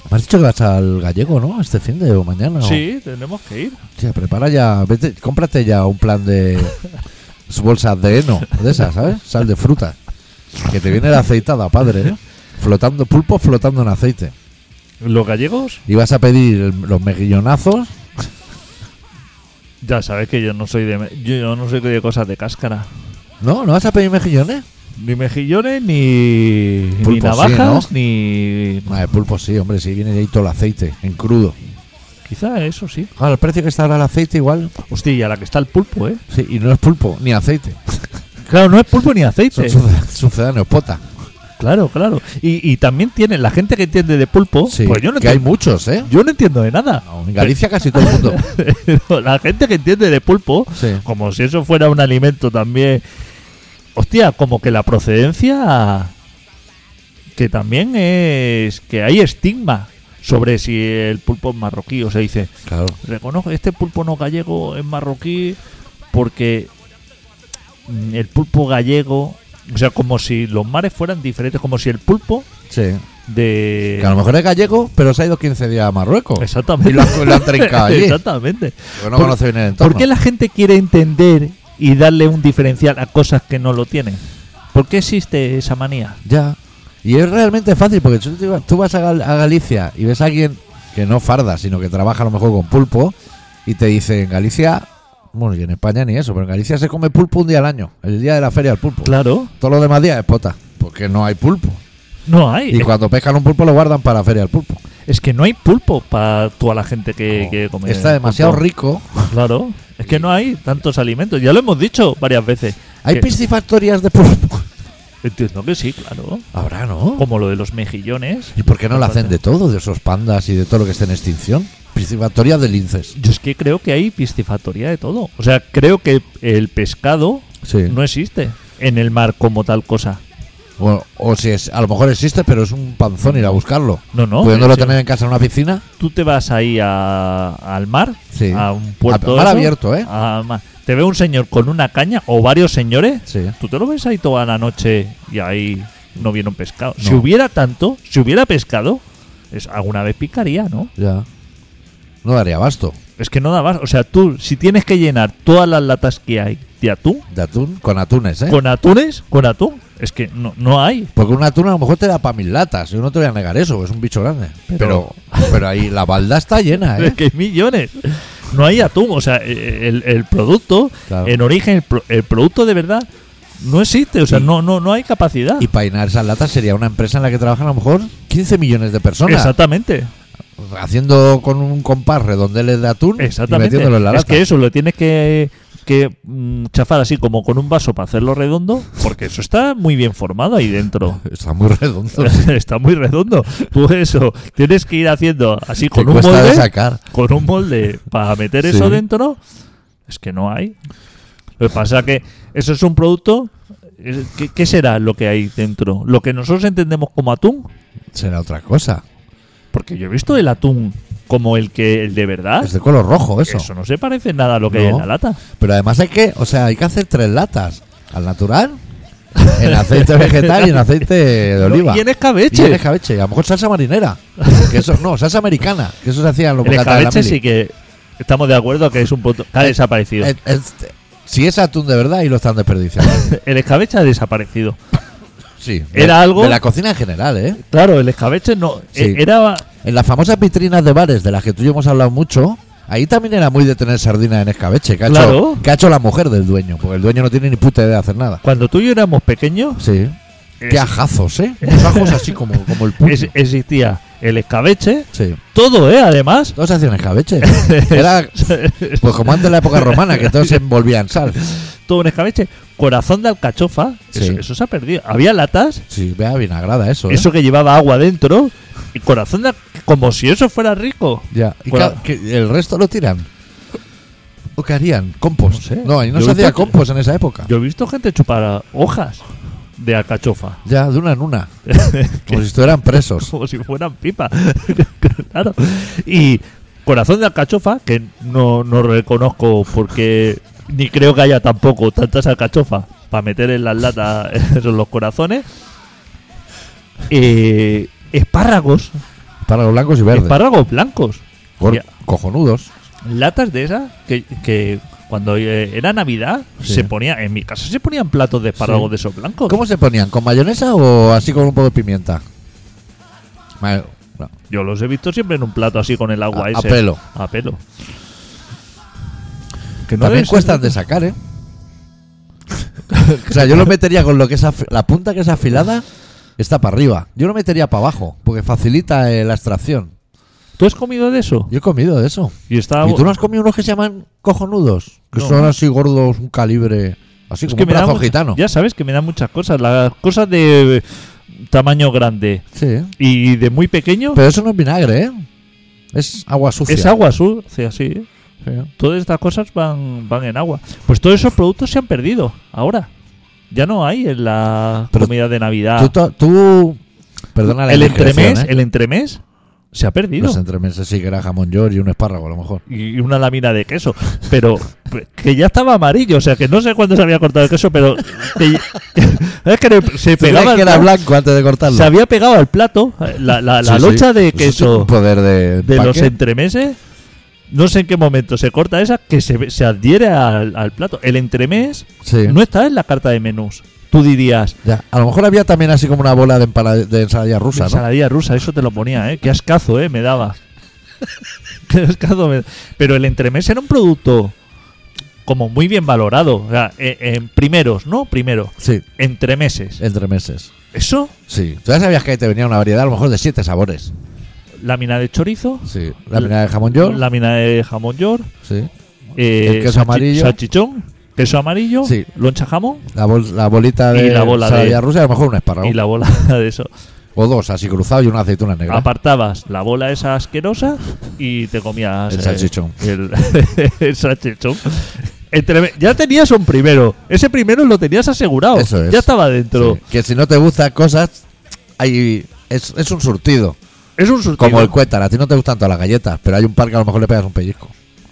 [SPEAKER 1] Me has dicho que vas al gallego, ¿no? Este fin de o mañana. o-
[SPEAKER 2] Sí, tenemos que ir.
[SPEAKER 1] Hostia, prepara ya, vete, cómprate ya un plan de bolsas de heno, de esas, ¿sabes? Sal de fruta. Que te viene la aceitada, padre, ¿eh? Flotando, pulpo flotando en aceite.
[SPEAKER 2] Los gallegos,
[SPEAKER 1] Y vas a pedir el- los mejillonazos.
[SPEAKER 2] ya sabes que yo no soy de me- yo no soy de cosas de cáscara.
[SPEAKER 1] No, no vas a pedir mejillones.
[SPEAKER 2] Ni mejillones, ni, ni
[SPEAKER 1] Pulpo sí,
[SPEAKER 2] navajas,
[SPEAKER 1] ¿no?
[SPEAKER 2] ni.
[SPEAKER 1] Ah, el pulpo sí, hombre, sí, viene ahí todo el aceite, en crudo.
[SPEAKER 2] Quizá eso sí.
[SPEAKER 1] Claro, el precio que está ahora el aceite igual.
[SPEAKER 2] Hostia, y a la que está el pulpo, ¿eh?
[SPEAKER 1] Sí, y no es pulpo, ni aceite.
[SPEAKER 2] Claro, no es pulpo ni
[SPEAKER 1] Son
[SPEAKER 2] aceite.
[SPEAKER 1] suced- sucedáneos, pota.
[SPEAKER 2] Claro, claro. Y, y también tienen la gente que entiende de pulpo.
[SPEAKER 1] Sí,
[SPEAKER 2] pues yo no,
[SPEAKER 1] que hay
[SPEAKER 2] entiendo,
[SPEAKER 1] muchos, ¿eh?
[SPEAKER 2] yo no entiendo de nada.
[SPEAKER 1] En Galicia casi todo el mundo.
[SPEAKER 2] Pero la gente que entiende de pulpo,
[SPEAKER 1] Sí.
[SPEAKER 2] como si eso fuera un alimento también. Hostia, como que la procedencia. Que también es. Que hay estigma sobre si el pulpo es marroquí. O sea, dice.
[SPEAKER 1] Claro.
[SPEAKER 2] Reconozco, este pulpo no gallego es marroquí porque mm, el pulpo gallego, o sea, como si los mares fueran diferentes, como si el pulpo
[SPEAKER 1] Sí.
[SPEAKER 2] de...
[SPEAKER 1] Que a lo mejor es gallego, pero se ha ido 15 días a Marruecos.
[SPEAKER 2] Eh, Exactamente.
[SPEAKER 1] Y lo han, lo han trincado allí.
[SPEAKER 2] Exactamente.
[SPEAKER 1] Porque no
[SPEAKER 2] Por-
[SPEAKER 1] conoce bien el entorno.
[SPEAKER 2] ¿Por qué la gente quiere entender y darle un diferencial a cosas que no lo tienen? ¿Por qué existe esa manía?
[SPEAKER 1] Ya. Y es realmente fácil, porque tú, te vas- tú vas a, Gal- a Galicia y ves a alguien que no farda, sino que trabaja a lo mejor con pulpo, y te dice en Galicia, bueno, y en España ni eso, pero en Galicia se come pulpo un día al año, el día de la feria del pulpo.
[SPEAKER 2] Claro,
[SPEAKER 1] Todos los demás días es pota, porque no hay pulpo.
[SPEAKER 2] no hay.
[SPEAKER 1] Y cuando pescan un pulpo lo guardan para la feria del pulpo.
[SPEAKER 2] Es que no hay pulpo para toda la gente que, que come.
[SPEAKER 1] Está demasiado
[SPEAKER 2] pulpo.
[SPEAKER 1] rico.
[SPEAKER 2] Claro, es que no hay tantos alimentos. Ya lo hemos dicho varias veces.
[SPEAKER 1] ¿Hay
[SPEAKER 2] Que-
[SPEAKER 1] piscifactorías de pulpo?
[SPEAKER 2] Entiendo que sí, claro.
[SPEAKER 1] Habrá, ¿no?
[SPEAKER 2] Como lo de los mejillones.
[SPEAKER 1] ¿Y por qué no lo hacen de todo, de esos pandas y de todo lo que está en extinción? Piscifactoría de linces.
[SPEAKER 2] Yo es que creo que hay piscifactoría de todo. O sea, creo que el pescado
[SPEAKER 1] Sí.
[SPEAKER 2] no existe en el mar como tal cosa.
[SPEAKER 1] Bueno, o si es, a lo mejor existe, pero es un panzón ir a buscarlo.
[SPEAKER 2] No, no.
[SPEAKER 1] Pudiéndolo
[SPEAKER 2] en serio.
[SPEAKER 1] tener en casa en una piscina.
[SPEAKER 2] Tú te vas ahí a- al mar,
[SPEAKER 1] Sí.
[SPEAKER 2] a un puerto.
[SPEAKER 1] A- mar
[SPEAKER 2] eso,
[SPEAKER 1] abierto, ¿eh?
[SPEAKER 2] a mar. Te ve un señor con una caña o varios señores.
[SPEAKER 1] Sí.
[SPEAKER 2] Tú te lo ves ahí toda la noche y ahí no vieron pescado. Si
[SPEAKER 1] No.
[SPEAKER 2] hubiera tanto, si hubiera pescado, es, alguna vez picaría, ¿no?
[SPEAKER 1] Ya. No daría abasto.
[SPEAKER 2] Es que no da más. O sea, tú, si tienes que llenar todas las latas que hay de atún,
[SPEAKER 1] De atún, con atunes, ¿eh?
[SPEAKER 2] con atunes, con atún, es que no, no hay.
[SPEAKER 1] Porque un atún a lo mejor te da para mil latas. Yo no te voy a negar eso, es un bicho grande. Pero,
[SPEAKER 2] Pero-
[SPEAKER 1] pero, ahí la balda está llena,
[SPEAKER 2] Es
[SPEAKER 1] ¿eh?
[SPEAKER 2] que hay millones. No hay atún. O sea, eh, el, el producto,
[SPEAKER 1] Claro.
[SPEAKER 2] en origen, el, pro- el producto de verdad no existe. O sea,
[SPEAKER 1] Y-
[SPEAKER 2] no, no, no hay capacidad.
[SPEAKER 1] Y para llenar esas latas sería una empresa en la que trabajan a lo mejor 15 millones de personas.
[SPEAKER 2] Exactamente.
[SPEAKER 1] Haciendo con un compás redondeles de atún y
[SPEAKER 2] Exactamente.
[SPEAKER 1] metiéndolo en la
[SPEAKER 2] es
[SPEAKER 1] lata.
[SPEAKER 2] que eso lo tienes que, que mm, chafar así como con un vaso para hacerlo redondo, porque eso está muy bien formado ahí dentro.
[SPEAKER 1] Está muy redondo.
[SPEAKER 2] está muy redondo. Pues eso, tienes que ir haciendo así
[SPEAKER 1] Te
[SPEAKER 2] con un
[SPEAKER 1] cuesta de
[SPEAKER 2] molde.
[SPEAKER 1] sacar.
[SPEAKER 2] con un molde para meter
[SPEAKER 1] Sí.
[SPEAKER 2] eso dentro, es que no hay. Lo que pasa que eso es un producto. eh, ¿Qué, qué será lo que hay dentro? ¿Lo que nosotros entendemos como atún?
[SPEAKER 1] Será otra cosa.
[SPEAKER 2] Porque yo he visto el atún como el que el de verdad.
[SPEAKER 1] Es de color rojo
[SPEAKER 2] Eso. no se parece nada a lo que hay
[SPEAKER 1] No.
[SPEAKER 2] en la lata.
[SPEAKER 1] Pero además hay que, o sea, hay que hacer tres latas. Al natural, en aceite vegetal y en aceite de
[SPEAKER 2] No,
[SPEAKER 1] oliva.
[SPEAKER 2] Y en
[SPEAKER 1] Y
[SPEAKER 2] escabeche.
[SPEAKER 1] en escabeche. Y a lo mejor salsa marinera. Que eso, no, salsa americana. Que eso se hacía en los
[SPEAKER 2] El
[SPEAKER 1] bocatas de la
[SPEAKER 2] escabeche
[SPEAKER 1] mili.
[SPEAKER 2] sí que estamos de acuerdo que es un punto. que ha
[SPEAKER 1] Eh,
[SPEAKER 2] desaparecido.
[SPEAKER 1] Eh, este, si es atún de verdad y lo están desperdiciando.
[SPEAKER 2] El escabeche ha desaparecido.
[SPEAKER 1] Sí. de-
[SPEAKER 2] Era algo-
[SPEAKER 1] De la cocina en general, ¿eh?
[SPEAKER 2] Claro, el escabeche no.
[SPEAKER 1] Sí.
[SPEAKER 2] eh, Era.
[SPEAKER 1] En las famosas vitrinas de bares de las que tú y yo hemos hablado mucho, ahí también era muy de tener sardinas en escabeche. Que ha,
[SPEAKER 2] Claro.
[SPEAKER 1] hecho, que ha hecho la mujer del dueño. Porque el dueño no tiene ni puta idea de hacer nada.
[SPEAKER 2] Cuando tú y yo éramos pequeños,
[SPEAKER 1] Sí.
[SPEAKER 2] eh,
[SPEAKER 1] Qué ajazos, ¿eh? Unos ajos así como, como el puño.
[SPEAKER 2] es- existía el escabeche,
[SPEAKER 1] Sí.
[SPEAKER 2] todo, ¿eh? Además,
[SPEAKER 1] Todos hacían escabeche. Era, pues como antes de la época romana, que todos se envolvían sal.
[SPEAKER 2] todo un escabeche. Corazón de alcachofa,
[SPEAKER 1] Sí.
[SPEAKER 2] eso, eso se ha perdido. Había latas,
[SPEAKER 1] Sí, vea, vinagrada eso. ¿eh?
[SPEAKER 2] eso que llevaba agua dentro, y corazón de al- como si eso fuera rico.
[SPEAKER 1] Ya. ¿Y
[SPEAKER 2] Bueno.
[SPEAKER 1] ca- que el resto lo tiran? ¿O qué harían? ¿Compost?
[SPEAKER 2] No sé.
[SPEAKER 1] No, ahí no
[SPEAKER 2] Yo
[SPEAKER 1] se hacía
[SPEAKER 2] creo que-
[SPEAKER 1] compost en esa época.
[SPEAKER 2] Yo he visto gente chupar hojas de alcachofa,
[SPEAKER 1] Ya, de una en una. Como si estuvieran presos.
[SPEAKER 2] como si fueran pipa. claro. Y corazón de alcachofa, que no, no reconozco porque ni creo que haya tampoco tantas alcachofas para meter en las latas esos los corazones. Eh, espárragos,
[SPEAKER 1] Para los blancos y verdes.
[SPEAKER 2] espárragos blancos.
[SPEAKER 1] Cor-
[SPEAKER 2] Ya.
[SPEAKER 1] Cojonudos.
[SPEAKER 2] Latas de esas que, que cuando eh, era Navidad,
[SPEAKER 1] Sí.
[SPEAKER 2] se ponía, en mi casa se ponían platos de espárragos de esos blancos.
[SPEAKER 1] ¿Cómo se ponían? ¿Con mayonesa o así con un poco de pimienta? Ma- no.
[SPEAKER 2] Yo los he visto siempre en un plato así con el agua
[SPEAKER 1] A- a
[SPEAKER 2] ese.
[SPEAKER 1] pelo.
[SPEAKER 2] A pelo. Que no
[SPEAKER 1] También
[SPEAKER 2] debe ser-
[SPEAKER 1] cuestan de sacar, ¿eh? o sea, yo lo metería con lo que es afi- la punta que es afilada está para arriba. Yo lo metería para abajo porque facilita eh, la extracción.
[SPEAKER 2] ¿Tú has comido de eso?
[SPEAKER 1] Yo he comido de eso.
[SPEAKER 2] Y estaba...
[SPEAKER 1] ¿Y tú no has comido unos que se llaman cojonudos? Que
[SPEAKER 2] Ah, No.
[SPEAKER 1] son así gordos, un calibre, así
[SPEAKER 2] Es
[SPEAKER 1] como
[SPEAKER 2] que
[SPEAKER 1] un
[SPEAKER 2] me da
[SPEAKER 1] brazo
[SPEAKER 2] mucha-
[SPEAKER 1] gitano.
[SPEAKER 2] Ya sabes que me dan muchas cosas. Las cosas de eh, tamaño grande
[SPEAKER 1] Sí,
[SPEAKER 2] y de muy pequeño
[SPEAKER 1] pero eso no es vinagre, ¿eh? Es agua sucia.
[SPEAKER 2] es agua azul. Sí, así.
[SPEAKER 1] Sí.
[SPEAKER 2] Todas estas cosas van, van en agua. Pues todos esos productos se han perdido ahora. Ya no hay en la
[SPEAKER 1] Pero
[SPEAKER 2] comida de
[SPEAKER 1] Tú,
[SPEAKER 2] Navidad.
[SPEAKER 1] to- tú- Perdona la
[SPEAKER 2] el
[SPEAKER 1] indiscreción,
[SPEAKER 2] entremés,
[SPEAKER 1] ¿eh?
[SPEAKER 2] el entremés se ha perdido.
[SPEAKER 1] Los entremeses sí que era jamón york y un espárrago a lo mejor.
[SPEAKER 2] y una lámina de queso, pero que ya estaba amarillo, o sea que no sé cuándo se había cortado el queso, pero que ya- es que le- se
[SPEAKER 1] ¿Tú crees
[SPEAKER 2] pegaba al
[SPEAKER 1] que era
[SPEAKER 2] plato,
[SPEAKER 1] blanco antes de cortarlo.
[SPEAKER 2] se había pegado al plato eh, la, la, la
[SPEAKER 1] Sí, sí.
[SPEAKER 2] locha
[SPEAKER 1] pues,
[SPEAKER 2] de
[SPEAKER 1] Eso tiene
[SPEAKER 2] queso
[SPEAKER 1] un poder de,
[SPEAKER 2] de los
[SPEAKER 1] empaque.
[SPEAKER 2] entremeses. No sé en qué momento se corta esa que se, se adhiere al, al plato. El entremés
[SPEAKER 1] Sí.
[SPEAKER 2] no está en la carta de menús. Tú dirías,
[SPEAKER 1] Ya, A lo mejor había también así como una bola de, empala- de ensaladilla rusa, ¿no?
[SPEAKER 2] ensaladilla rusa, eso te lo ponía, ¿eh? Qué ascazo, ¿eh? Me daba. Qué ascazo me- Pero el entremés era un producto como muy bien valorado. O sea, en, en primeros, ¿no? Primero,
[SPEAKER 1] Sí,
[SPEAKER 2] entremeses.
[SPEAKER 1] entremeses.
[SPEAKER 2] Eso,
[SPEAKER 1] Sí. ¿Tú ya sabías que ahí te venía una variedad a lo mejor de siete sabores?
[SPEAKER 2] lámina de chorizo,
[SPEAKER 1] Sí. La primera de jamón york.
[SPEAKER 2] lámina de jamón york,
[SPEAKER 1] Sí.
[SPEAKER 2] eh,
[SPEAKER 1] El queso amarillo.
[SPEAKER 2] salchichón, queso amarillo,
[SPEAKER 1] Sí.
[SPEAKER 2] loncha jamón
[SPEAKER 1] La, bol- la bolita
[SPEAKER 2] Y
[SPEAKER 1] de
[SPEAKER 2] la bola
[SPEAKER 1] ensaladilla
[SPEAKER 2] de-
[SPEAKER 1] rusa y a lo mejor un espárrago.
[SPEAKER 2] y la bola de eso.
[SPEAKER 1] O dos, así cruzado y una aceituna negra.
[SPEAKER 2] Apartabas la bola esa asquerosa y te comías
[SPEAKER 1] El
[SPEAKER 2] eh,
[SPEAKER 1] salchichón.
[SPEAKER 2] el, el salchichón. Entre- ya tenías un primero. Ese primero lo tenías asegurado.
[SPEAKER 1] Eso es.
[SPEAKER 2] Ya estaba dentro.
[SPEAKER 1] Sí. Que si no te gustan cosas, hay, es, es un surtido.
[SPEAKER 2] Es un surtido.
[SPEAKER 1] Como el cuétara, a ti no te gustan todas las galletas, pero hay un par que a lo mejor le pegas un pellizco.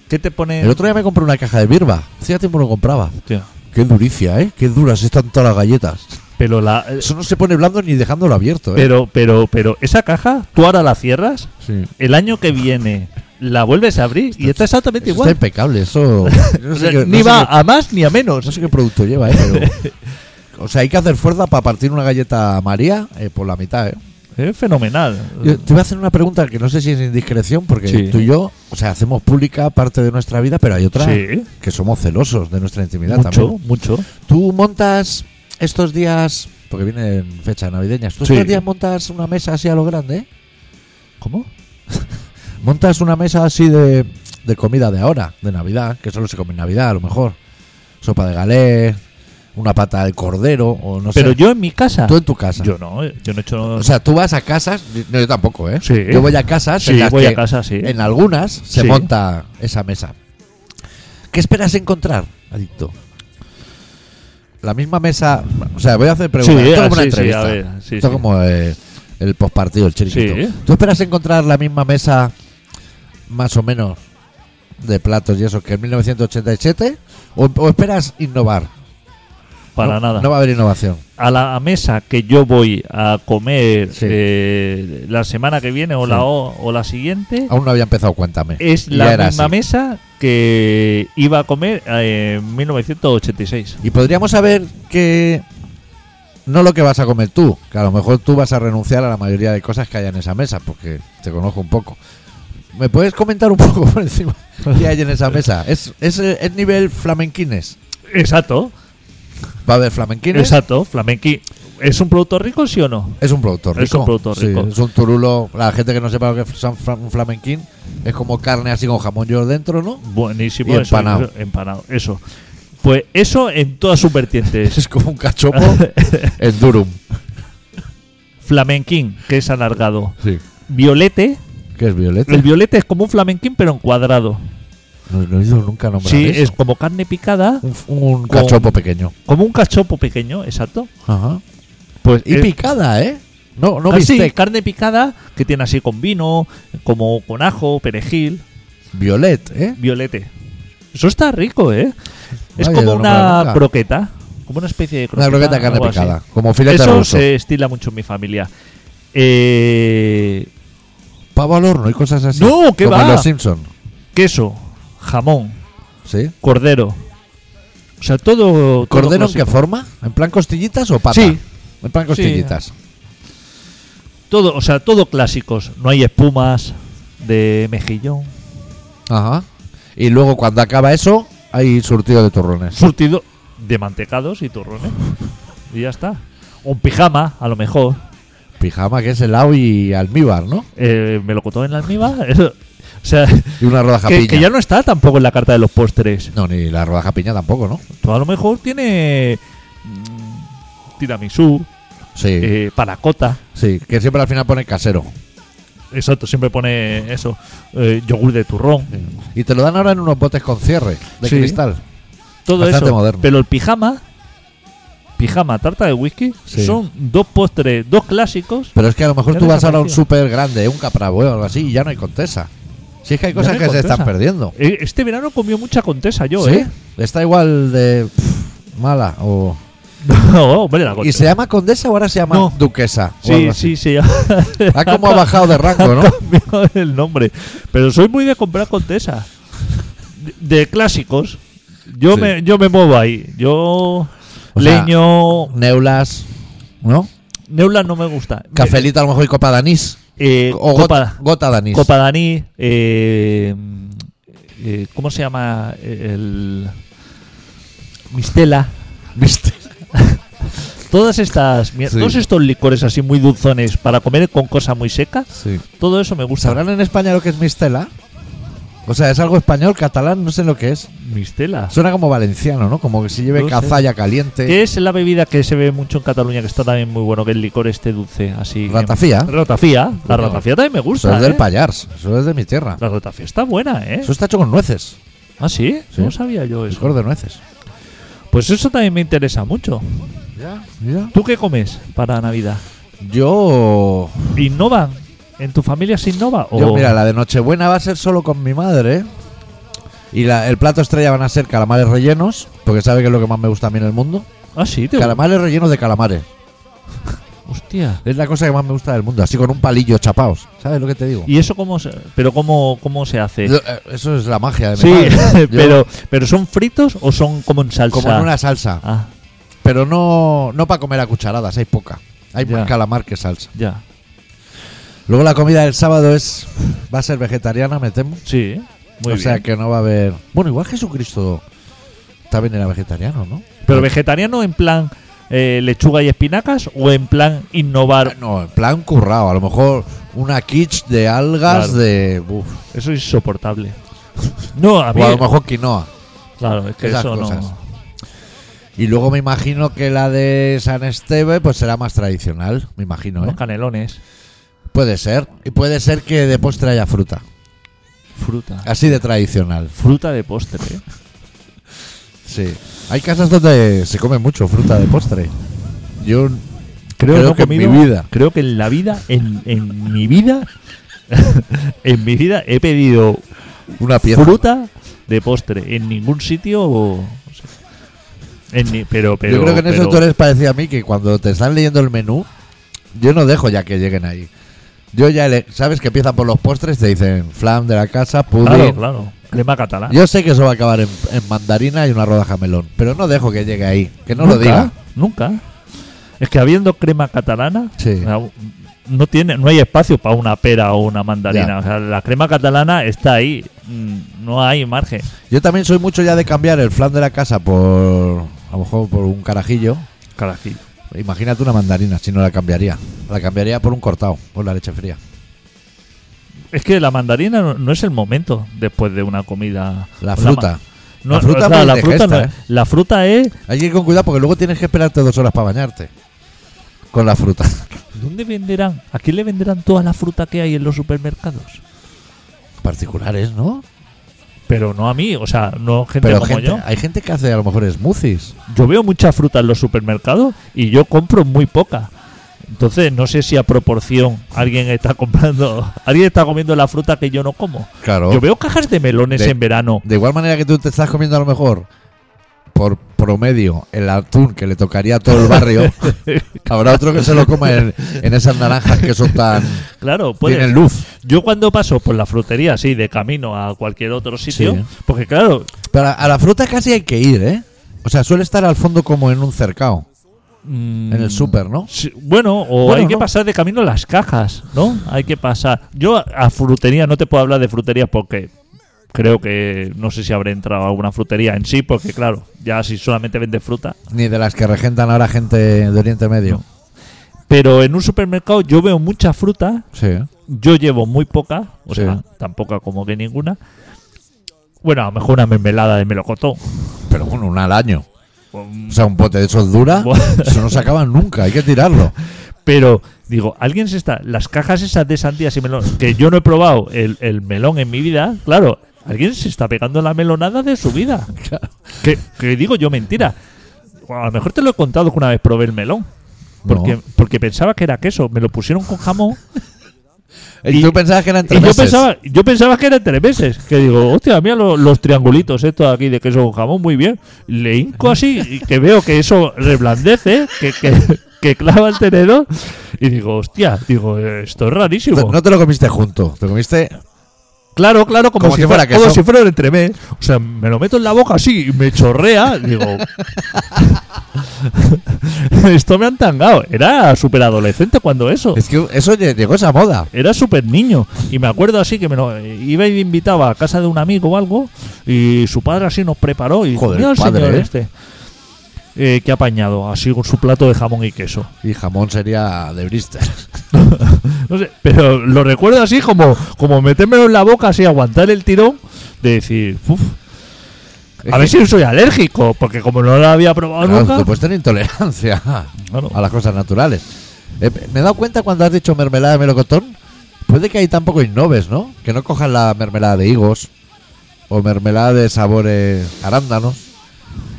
[SPEAKER 2] ¿Qué te pone?
[SPEAKER 1] El otro día me compré una caja de birba. Hacía tiempo no compraba.
[SPEAKER 2] Hostia.
[SPEAKER 1] Qué duricia, ¿eh? Qué duras están todas las galletas.
[SPEAKER 2] Pero la. eh,
[SPEAKER 1] Eso no se pone blando ni dejándolo abierto, ¿eh?
[SPEAKER 2] Pero, pero, pero, esa caja, tú ahora la cierras,
[SPEAKER 1] Sí.
[SPEAKER 2] el año que viene la vuelves a abrir y está exactamente
[SPEAKER 1] Eso está
[SPEAKER 2] igual.
[SPEAKER 1] impecable, eso. yo
[SPEAKER 2] O
[SPEAKER 1] No
[SPEAKER 2] sea,
[SPEAKER 1] sé qué,
[SPEAKER 2] ni
[SPEAKER 1] no sé qué-
[SPEAKER 2] va a más ni a menos.
[SPEAKER 1] no sé qué producto lleva, ¿eh? Pero, o sea, hay que hacer fuerza para partir una galleta María eh, por la mitad, ¿eh?
[SPEAKER 2] Es fenomenal.
[SPEAKER 1] Yo te voy a hacer una pregunta que no sé si es indiscreción, porque
[SPEAKER 2] Sí.
[SPEAKER 1] tú y yo, o sea, hacemos pública parte de nuestra vida, pero hay otra
[SPEAKER 2] Sí,
[SPEAKER 1] que somos celosos de nuestra intimidad
[SPEAKER 2] mucho,
[SPEAKER 1] también.
[SPEAKER 2] mucho.
[SPEAKER 1] Tú montas estos días, porque vienen fechas navideñas, tú
[SPEAKER 2] Sí.
[SPEAKER 1] estos días montas una mesa así a lo grande, ¿eh?
[SPEAKER 2] ¿Cómo?
[SPEAKER 1] Montas una mesa así de, de comida de ahora, de Navidad, que solo se come en Navidad a lo mejor. Sopa de galé, una pata de cordero, o no
[SPEAKER 2] Pero
[SPEAKER 1] sé.
[SPEAKER 2] yo en mi casa.
[SPEAKER 1] tú en tu casa.
[SPEAKER 2] Yo no, eh, yo no he hecho.
[SPEAKER 1] o sea, tú vas a casas, no, yo tampoco, ¿eh?
[SPEAKER 2] Sí.
[SPEAKER 1] Yo voy a casas
[SPEAKER 2] sí,
[SPEAKER 1] en las
[SPEAKER 2] voy
[SPEAKER 1] que
[SPEAKER 2] a casa, sí.
[SPEAKER 1] en algunas se
[SPEAKER 2] Sí.
[SPEAKER 1] monta esa mesa. ¿Qué esperas encontrar, adicto? La misma mesa. O sea, voy a hacer preguntas.
[SPEAKER 2] Sí,
[SPEAKER 1] Esto es
[SPEAKER 2] ah,
[SPEAKER 1] como una
[SPEAKER 2] sí, sí,
[SPEAKER 1] entrevista.
[SPEAKER 2] a ver,
[SPEAKER 1] Esto
[SPEAKER 2] sí,
[SPEAKER 1] es
[SPEAKER 2] sí.
[SPEAKER 1] como eh, el postpartido, el chiringuito.
[SPEAKER 2] Sí.
[SPEAKER 1] ¿Tú esperas encontrar la misma mesa, más o menos, de platos y eso que en 1987? ¿O, o esperas innovar?
[SPEAKER 2] Para
[SPEAKER 1] No-
[SPEAKER 2] nada.
[SPEAKER 1] No va a haber innovación.
[SPEAKER 2] a la mesa que yo voy a comer
[SPEAKER 1] Sí.
[SPEAKER 2] eh, la semana que viene o,
[SPEAKER 1] Sí.
[SPEAKER 2] la, o, o la siguiente
[SPEAKER 1] Aún no había empezado, cuéntame.
[SPEAKER 2] es
[SPEAKER 1] Y
[SPEAKER 2] la
[SPEAKER 1] ya era
[SPEAKER 2] misma
[SPEAKER 1] así.
[SPEAKER 2] mesa que iba a comer eh, en 1986.
[SPEAKER 1] Y podríamos saber que no lo que vas a comer tú, que a lo mejor tú vas a renunciar a la mayoría de cosas que hay en esa mesa, porque te conozco un poco. ¿Me puedes comentar un poco por encima qué hay en esa mesa? Es, es, eh, es nivel flamenquines.
[SPEAKER 2] Exacto,
[SPEAKER 1] Va a haber flamenquines.
[SPEAKER 2] exacto, flamenqui. ¿Es un producto rico, sí o no?
[SPEAKER 1] Es un producto rico.
[SPEAKER 2] Es un producto
[SPEAKER 1] Sí,
[SPEAKER 2] rico.
[SPEAKER 1] es un turulo. La gente que no sepa lo que es un fla- un flamenquín es como carne así con jamón york dentro, ¿no?
[SPEAKER 2] Buenísimo.
[SPEAKER 1] Y
[SPEAKER 2] eso,
[SPEAKER 1] empanado.
[SPEAKER 2] eso, empanado, eso. Pues eso en todas sus vertientes.
[SPEAKER 1] Es como un cachopo en durum.
[SPEAKER 2] Flamenquín, que es alargado.
[SPEAKER 1] Sí.
[SPEAKER 2] Violete.
[SPEAKER 1] ¿Qué es violeta?
[SPEAKER 2] El violete es como un flamenquín, pero en cuadrado.
[SPEAKER 1] No, no he oído nunca nombrar
[SPEAKER 2] Sí,
[SPEAKER 1] eso.
[SPEAKER 2] es como carne picada,
[SPEAKER 1] Un, un cachopo pequeño.
[SPEAKER 2] como un cachopo pequeño, exacto.
[SPEAKER 1] Ajá.
[SPEAKER 2] Pues
[SPEAKER 1] Y
[SPEAKER 2] eh,
[SPEAKER 1] picada, ¿eh? No, no
[SPEAKER 2] ah, sí,
[SPEAKER 1] bistec.
[SPEAKER 2] carne picada que tiene así con vino, como con ajo, perejil,
[SPEAKER 1] Violet, ¿eh?
[SPEAKER 2] violete. Eso está rico, ¿eh? es
[SPEAKER 1] había
[SPEAKER 2] como
[SPEAKER 1] oído nombrar
[SPEAKER 2] una
[SPEAKER 1] nunca.
[SPEAKER 2] croqueta, como una especie de croqueta.
[SPEAKER 1] Una croqueta de carne
[SPEAKER 2] algo así.
[SPEAKER 1] picada. Como filete
[SPEAKER 2] Eso
[SPEAKER 1] ruso.
[SPEAKER 2] se estila mucho en mi familia. Eh,
[SPEAKER 1] Pavo al horno y cosas así.
[SPEAKER 2] No, ¿qué
[SPEAKER 1] como en
[SPEAKER 2] va?
[SPEAKER 1] los Simpson.
[SPEAKER 2] queso, jamón,
[SPEAKER 1] Sí.
[SPEAKER 2] cordero. O sea, todo. todo
[SPEAKER 1] ¿Cordero en
[SPEAKER 2] clásico.
[SPEAKER 1] qué forma? ¿En plan costillitas o pata?
[SPEAKER 2] Sí.
[SPEAKER 1] En plan costillitas.
[SPEAKER 2] Todo, o sea, todo clásicos. No hay espumas de mejillón.
[SPEAKER 1] Ajá. Y luego cuando acaba eso, hay surtido de turrones.
[SPEAKER 2] Surtido de mantecados y turrones. Y ya está. Un pijama, a lo mejor.
[SPEAKER 1] Pijama que es helado y almíbar, ¿no?
[SPEAKER 2] Eh, melocotón en la almíbar. eso. O sea,
[SPEAKER 1] Y una rodaja
[SPEAKER 2] que,
[SPEAKER 1] piña.
[SPEAKER 2] que ya no está tampoco en la carta de los postres.
[SPEAKER 1] No, ni la rodaja piña tampoco, ¿no?
[SPEAKER 2] Tú a lo mejor tiene. mm, tiramisú,
[SPEAKER 1] Sí.
[SPEAKER 2] eh, panacota.
[SPEAKER 1] Sí, que siempre al final pone casero.
[SPEAKER 2] Exacto, siempre pone eso. eh, yogur de turrón.
[SPEAKER 1] Y te lo dan ahora en unos botes con cierre de
[SPEAKER 2] Sí.
[SPEAKER 1] cristal.
[SPEAKER 2] Todo
[SPEAKER 1] Bastante
[SPEAKER 2] eso.
[SPEAKER 1] moderno.
[SPEAKER 2] Pero el pijama, pijama, tarta de whisky,
[SPEAKER 1] Sí.
[SPEAKER 2] son dos postres, dos clásicos.
[SPEAKER 1] Pero es que a lo mejor
[SPEAKER 2] Ya
[SPEAKER 1] tú vas ahora a un
[SPEAKER 2] desapareció.
[SPEAKER 1] súper grande, un caprabo eh, o algo así, y ya no hay contesa. Si es que hay
[SPEAKER 2] Ya
[SPEAKER 1] cosas
[SPEAKER 2] no hay
[SPEAKER 1] que se están
[SPEAKER 2] Contesa.
[SPEAKER 1] perdiendo.
[SPEAKER 2] Eh, Este verano comió mucha contesa yo,
[SPEAKER 1] ¿Sí?
[SPEAKER 2] ¿eh?
[SPEAKER 1] Está igual de pff, mala o...
[SPEAKER 2] No, hombre, la
[SPEAKER 1] ¿Y
[SPEAKER 2] contesa.
[SPEAKER 1] se llama condesa o ahora se llama
[SPEAKER 2] No.
[SPEAKER 1] duquesa? o algo
[SPEAKER 2] Sí,
[SPEAKER 1] así?
[SPEAKER 2] sí, sí.
[SPEAKER 1] Ah, como ha bajado de rango, ¿no?
[SPEAKER 2] cambiado el nombre. Pero soy muy de comprar contesa. De, de clásicos. Yo,
[SPEAKER 1] Sí.
[SPEAKER 2] me, yo me muevo ahí. Yo.
[SPEAKER 1] O sea,
[SPEAKER 2] leño.
[SPEAKER 1] Neulas, ¿no?
[SPEAKER 2] Neula no me gusta.
[SPEAKER 1] Cafelito a lo mejor y copa de anís.
[SPEAKER 2] Eh,
[SPEAKER 1] O got-
[SPEAKER 2] copa-
[SPEAKER 1] gota de anís.
[SPEAKER 2] Copa Daní. eh, eh, ¿Cómo se llama el. Mistela.
[SPEAKER 1] ¿Viste?
[SPEAKER 2] Todas estas. mier-
[SPEAKER 1] Sí.
[SPEAKER 2] Todos estos licores así muy dulzones para comer con cosa muy seca.
[SPEAKER 1] Sí.
[SPEAKER 2] Todo eso me gusta.
[SPEAKER 1] ¿Sabrán en España lo que es mistela? O sea, es algo español, catalán, no sé lo que es.
[SPEAKER 2] Mistela.
[SPEAKER 1] Suena como valenciano, ¿no? Como que se lleve
[SPEAKER 2] No sé. Eh,
[SPEAKER 1] cazalla caliente.
[SPEAKER 2] ¿Qué es la bebida que se ve mucho en Cataluña que está también muy bueno? Que el licor este dulce, así.
[SPEAKER 1] Ratafía.
[SPEAKER 2] Ratafía. La
[SPEAKER 1] Bueno.
[SPEAKER 2] ratafía también me
[SPEAKER 1] Eso
[SPEAKER 2] gusta.
[SPEAKER 1] es del
[SPEAKER 2] ¿eh?
[SPEAKER 1] Payars, eso es de mi tierra.
[SPEAKER 2] La ratafía está buena, ¿eh?
[SPEAKER 1] Eso está hecho con nueces,
[SPEAKER 2] Ah, sí?
[SPEAKER 1] Sí.
[SPEAKER 2] No sabía yo
[SPEAKER 1] licor
[SPEAKER 2] eso.
[SPEAKER 1] de nueces.
[SPEAKER 2] Pues eso también me interesa mucho.
[SPEAKER 1] Ya,
[SPEAKER 2] ¿Tú qué comes para Navidad?
[SPEAKER 1] Yo.
[SPEAKER 2] ¿Innovan? ¿En tu familia se innova? O...
[SPEAKER 1] Yo, mira, la de Nochebuena va a ser solo con mi madre. ¿eh? Y la- el plato estrella van a ser calamares rellenos, porque sabe que es lo que más me gusta a mí en el mundo.
[SPEAKER 2] Ah, sí, te...
[SPEAKER 1] Calamares rellenos de calamares.
[SPEAKER 2] Hostia.
[SPEAKER 1] Es la cosa que más me gusta del mundo, así con un palillo chapaos. ¿Sabes lo que te digo?
[SPEAKER 2] ¿Y eso cómo se... Pero cómo, cómo se hace?
[SPEAKER 1] Lo- eh, Eso es la magia de mi
[SPEAKER 2] sí,
[SPEAKER 1] madre. Yo-
[SPEAKER 2] pero, pero ¿son fritos o son como en salsa?
[SPEAKER 1] Como en una salsa,
[SPEAKER 2] Ah,
[SPEAKER 1] pero no, no para comer a cucharadas, hay poca. Hay
[SPEAKER 2] Ya.
[SPEAKER 1] más calamar que salsa.
[SPEAKER 2] ya.
[SPEAKER 1] Luego la comida del sábado es va a ser vegetariana, me temo.
[SPEAKER 2] Sí, muy
[SPEAKER 1] o
[SPEAKER 2] bien.
[SPEAKER 1] sea que no va a haber. Bueno, igual Jesucristo también era vegetariano, ¿no?
[SPEAKER 2] ¿Pero vegetariano en plan eh, lechuga y espinacas o en plan innovar?
[SPEAKER 1] No, en plan currado. A lo mejor una quiche de algas
[SPEAKER 2] Claro.
[SPEAKER 1] de. uf,
[SPEAKER 2] Eso es insoportable. No, a mí...
[SPEAKER 1] o a lo mejor quinoa.
[SPEAKER 2] Claro, es que
[SPEAKER 1] esas
[SPEAKER 2] eso
[SPEAKER 1] cosas.
[SPEAKER 2] no...
[SPEAKER 1] Y luego me imagino que la de San Esteve pues será más tradicional, me imagino, ¿eh?
[SPEAKER 2] Los canelones,
[SPEAKER 1] Puede ser. Y puede ser que de postre haya fruta.
[SPEAKER 2] fruta.
[SPEAKER 1] Así de tradicional.
[SPEAKER 2] Fruta de postre. ¿eh?
[SPEAKER 1] Sí. Hay casas donde se come mucho fruta de postre. Yo creo,
[SPEAKER 2] no he
[SPEAKER 1] que en mi
[SPEAKER 2] comido-
[SPEAKER 1] vida.
[SPEAKER 2] Creo que en la vida, en, en mi vida, en mi vida he pedido
[SPEAKER 1] Una pieza.
[SPEAKER 2] fruta de postre en ningún sitio. o- o sea, en ni- pero, pero,
[SPEAKER 1] yo creo que en eso
[SPEAKER 2] pero-
[SPEAKER 1] tú eres parecido a mí, que cuando te están leyendo el menú, yo no dejo ya que lleguen ahí. Yo ya, le- sabes que empiezan por los postres, te dicen flan de la casa, pudín.
[SPEAKER 2] Claro, claro. Crema catalana.
[SPEAKER 1] Yo sé que eso va a acabar en, en mandarina y una rodaja melón, pero no dejo que llegue ahí, que no lo
[SPEAKER 2] Nunca,
[SPEAKER 1] diga.
[SPEAKER 2] Nunca. Es que habiendo crema catalana,
[SPEAKER 1] Sí.
[SPEAKER 2] no, tiene, no hay espacio para una pera o una mandarina.
[SPEAKER 1] Ya.
[SPEAKER 2] O sea, la crema catalana está ahí. Mm, No hay margen.
[SPEAKER 1] Yo también soy mucho ya de cambiar el flan de la casa por, a lo mejor por un carajillo.
[SPEAKER 2] Carajillo.
[SPEAKER 1] Imagínate una mandarina, si no la cambiaría. La cambiaría por un cortado, por la leche fría.
[SPEAKER 2] Es que la mandarina no, no es el momento después de una comida.
[SPEAKER 1] La
[SPEAKER 2] ma-
[SPEAKER 1] fruta.
[SPEAKER 2] no,
[SPEAKER 1] La fruta
[SPEAKER 2] o sea,
[SPEAKER 1] muy
[SPEAKER 2] la fruta
[SPEAKER 1] indigesta,
[SPEAKER 2] no-
[SPEAKER 1] ¿eh?
[SPEAKER 2] la fruta es.
[SPEAKER 1] Hay que ir con cuidado porque luego tienes que esperarte dos horas para bañarte con la fruta.
[SPEAKER 2] ¿Dónde venderán? ¿A quién le venderán toda la fruta que hay en los supermercados?
[SPEAKER 1] Particulares, ¿no?
[SPEAKER 2] Pero no a mí, o sea, no gente
[SPEAKER 1] Pero
[SPEAKER 2] como
[SPEAKER 1] gente,
[SPEAKER 2] yo.
[SPEAKER 1] hay gente que hace a lo mejor smoothies.
[SPEAKER 2] Yo veo mucha fruta en los supermercados y yo compro muy poca. Entonces no sé si a proporción alguien está comprando, alguien está comiendo la fruta que yo no como.
[SPEAKER 1] Claro.
[SPEAKER 2] Yo veo cajas de melones
[SPEAKER 1] De-
[SPEAKER 2] en verano.
[SPEAKER 1] De igual manera que tú te estás comiendo a lo mejor por promedio el atún que le tocaría a todo el barrio, habrá otro que se lo coma en, en esas naranjas que son tan...
[SPEAKER 2] Claro, puede
[SPEAKER 1] tienen luz.
[SPEAKER 2] Yo cuando paso por la frutería, sí, de camino a cualquier otro sitio,
[SPEAKER 1] Sí.
[SPEAKER 2] porque claro,
[SPEAKER 1] Pero a, a la fruta casi hay que ir, ¿eh? O sea, suele estar al fondo como en un cercado,
[SPEAKER 2] Mm,
[SPEAKER 1] en el súper, ¿no?
[SPEAKER 2] sí, bueno, o
[SPEAKER 1] Bueno,
[SPEAKER 2] hay que
[SPEAKER 1] no.
[SPEAKER 2] pasar de camino las cajas, ¿no? Hay que pasar. Yo a, a frutería no te puedo hablar de frutería porque creo que no sé si habré entrado a alguna frutería en sí, porque claro, ya si solamente vende fruta.
[SPEAKER 1] Ni de las que regentan ahora gente de Oriente Medio.
[SPEAKER 2] Pero en un supermercado yo veo mucha fruta
[SPEAKER 1] Sí. ¿eh?
[SPEAKER 2] Yo llevo muy poca, o
[SPEAKER 1] Sí.
[SPEAKER 2] sea, tampoco como que ninguna. Bueno, a lo mejor una mermelada de melocotón.
[SPEAKER 1] Pero bueno, una al año.
[SPEAKER 2] Um,
[SPEAKER 1] O sea, un pote de esos dura,
[SPEAKER 2] Bueno.
[SPEAKER 1] eso no se acaba nunca, hay que tirarlo.
[SPEAKER 2] Pero, digo, alguien se está. Las cajas esas de sandías y melón, que yo no he probado el, el melón en mi vida, claro, alguien se está pegando la melonada de su vida. que, que digo yo, mentira. A lo mejor te lo he contado que una vez probé el melón. Porque,
[SPEAKER 1] No.
[SPEAKER 2] porque pensaba que era queso. Me lo pusieron con jamón
[SPEAKER 1] Y,
[SPEAKER 2] Y-
[SPEAKER 1] tú pensabas que eran
[SPEAKER 2] Y
[SPEAKER 1] tres
[SPEAKER 2] yo pensaba, yo pensaba que era tres meses. Que digo, hostia, mira lo- los triangulitos estos aquí de queso con jamón, muy bien. Le hinco así y que veo que eso reblandece, que, que, que clava el tenedor. Y digo, hostia, digo, eh, esto es rarísimo.
[SPEAKER 1] No te lo comiste junto, te comiste.
[SPEAKER 2] claro, claro, como,
[SPEAKER 1] como
[SPEAKER 2] si
[SPEAKER 1] que fuera
[SPEAKER 2] fuera, como
[SPEAKER 1] queso.
[SPEAKER 2] si fuera el entremés. O sea, me lo meto en la boca así y me chorrea. Digo, esto me han tangado. Era súper adolescente cuando eso.
[SPEAKER 1] Es que eso lle- llegó esa moda.
[SPEAKER 2] Era súper niño. Y me acuerdo así que me lo, iba y me invitaba a casa de un amigo o algo. Y su padre así nos preparó. Y dijo,
[SPEAKER 1] Joder,
[SPEAKER 2] mira el
[SPEAKER 1] padre,
[SPEAKER 2] señor
[SPEAKER 1] ¿eh?
[SPEAKER 2] este. eh, que ha apañado, así con su plato de jamón y queso.
[SPEAKER 1] Y jamón sería de Bristol.
[SPEAKER 2] No sé, pero lo recuerdo así como, como metérmelo en la boca, así aguantar el tirón. De decir, "Uf, a ver si soy alérgico, porque como no lo había probado
[SPEAKER 1] Claro, pues,
[SPEAKER 2] nunca.
[SPEAKER 1] tú puedes tener intolerancia a
[SPEAKER 2] Claro.
[SPEAKER 1] las cosas naturales. Eh, me he dado cuenta cuando has dicho mermelada de melocotón, puede que ahí tampoco innoves, ¿no? Que no cojan la mermelada de higos o mermelada de sabores arándanos.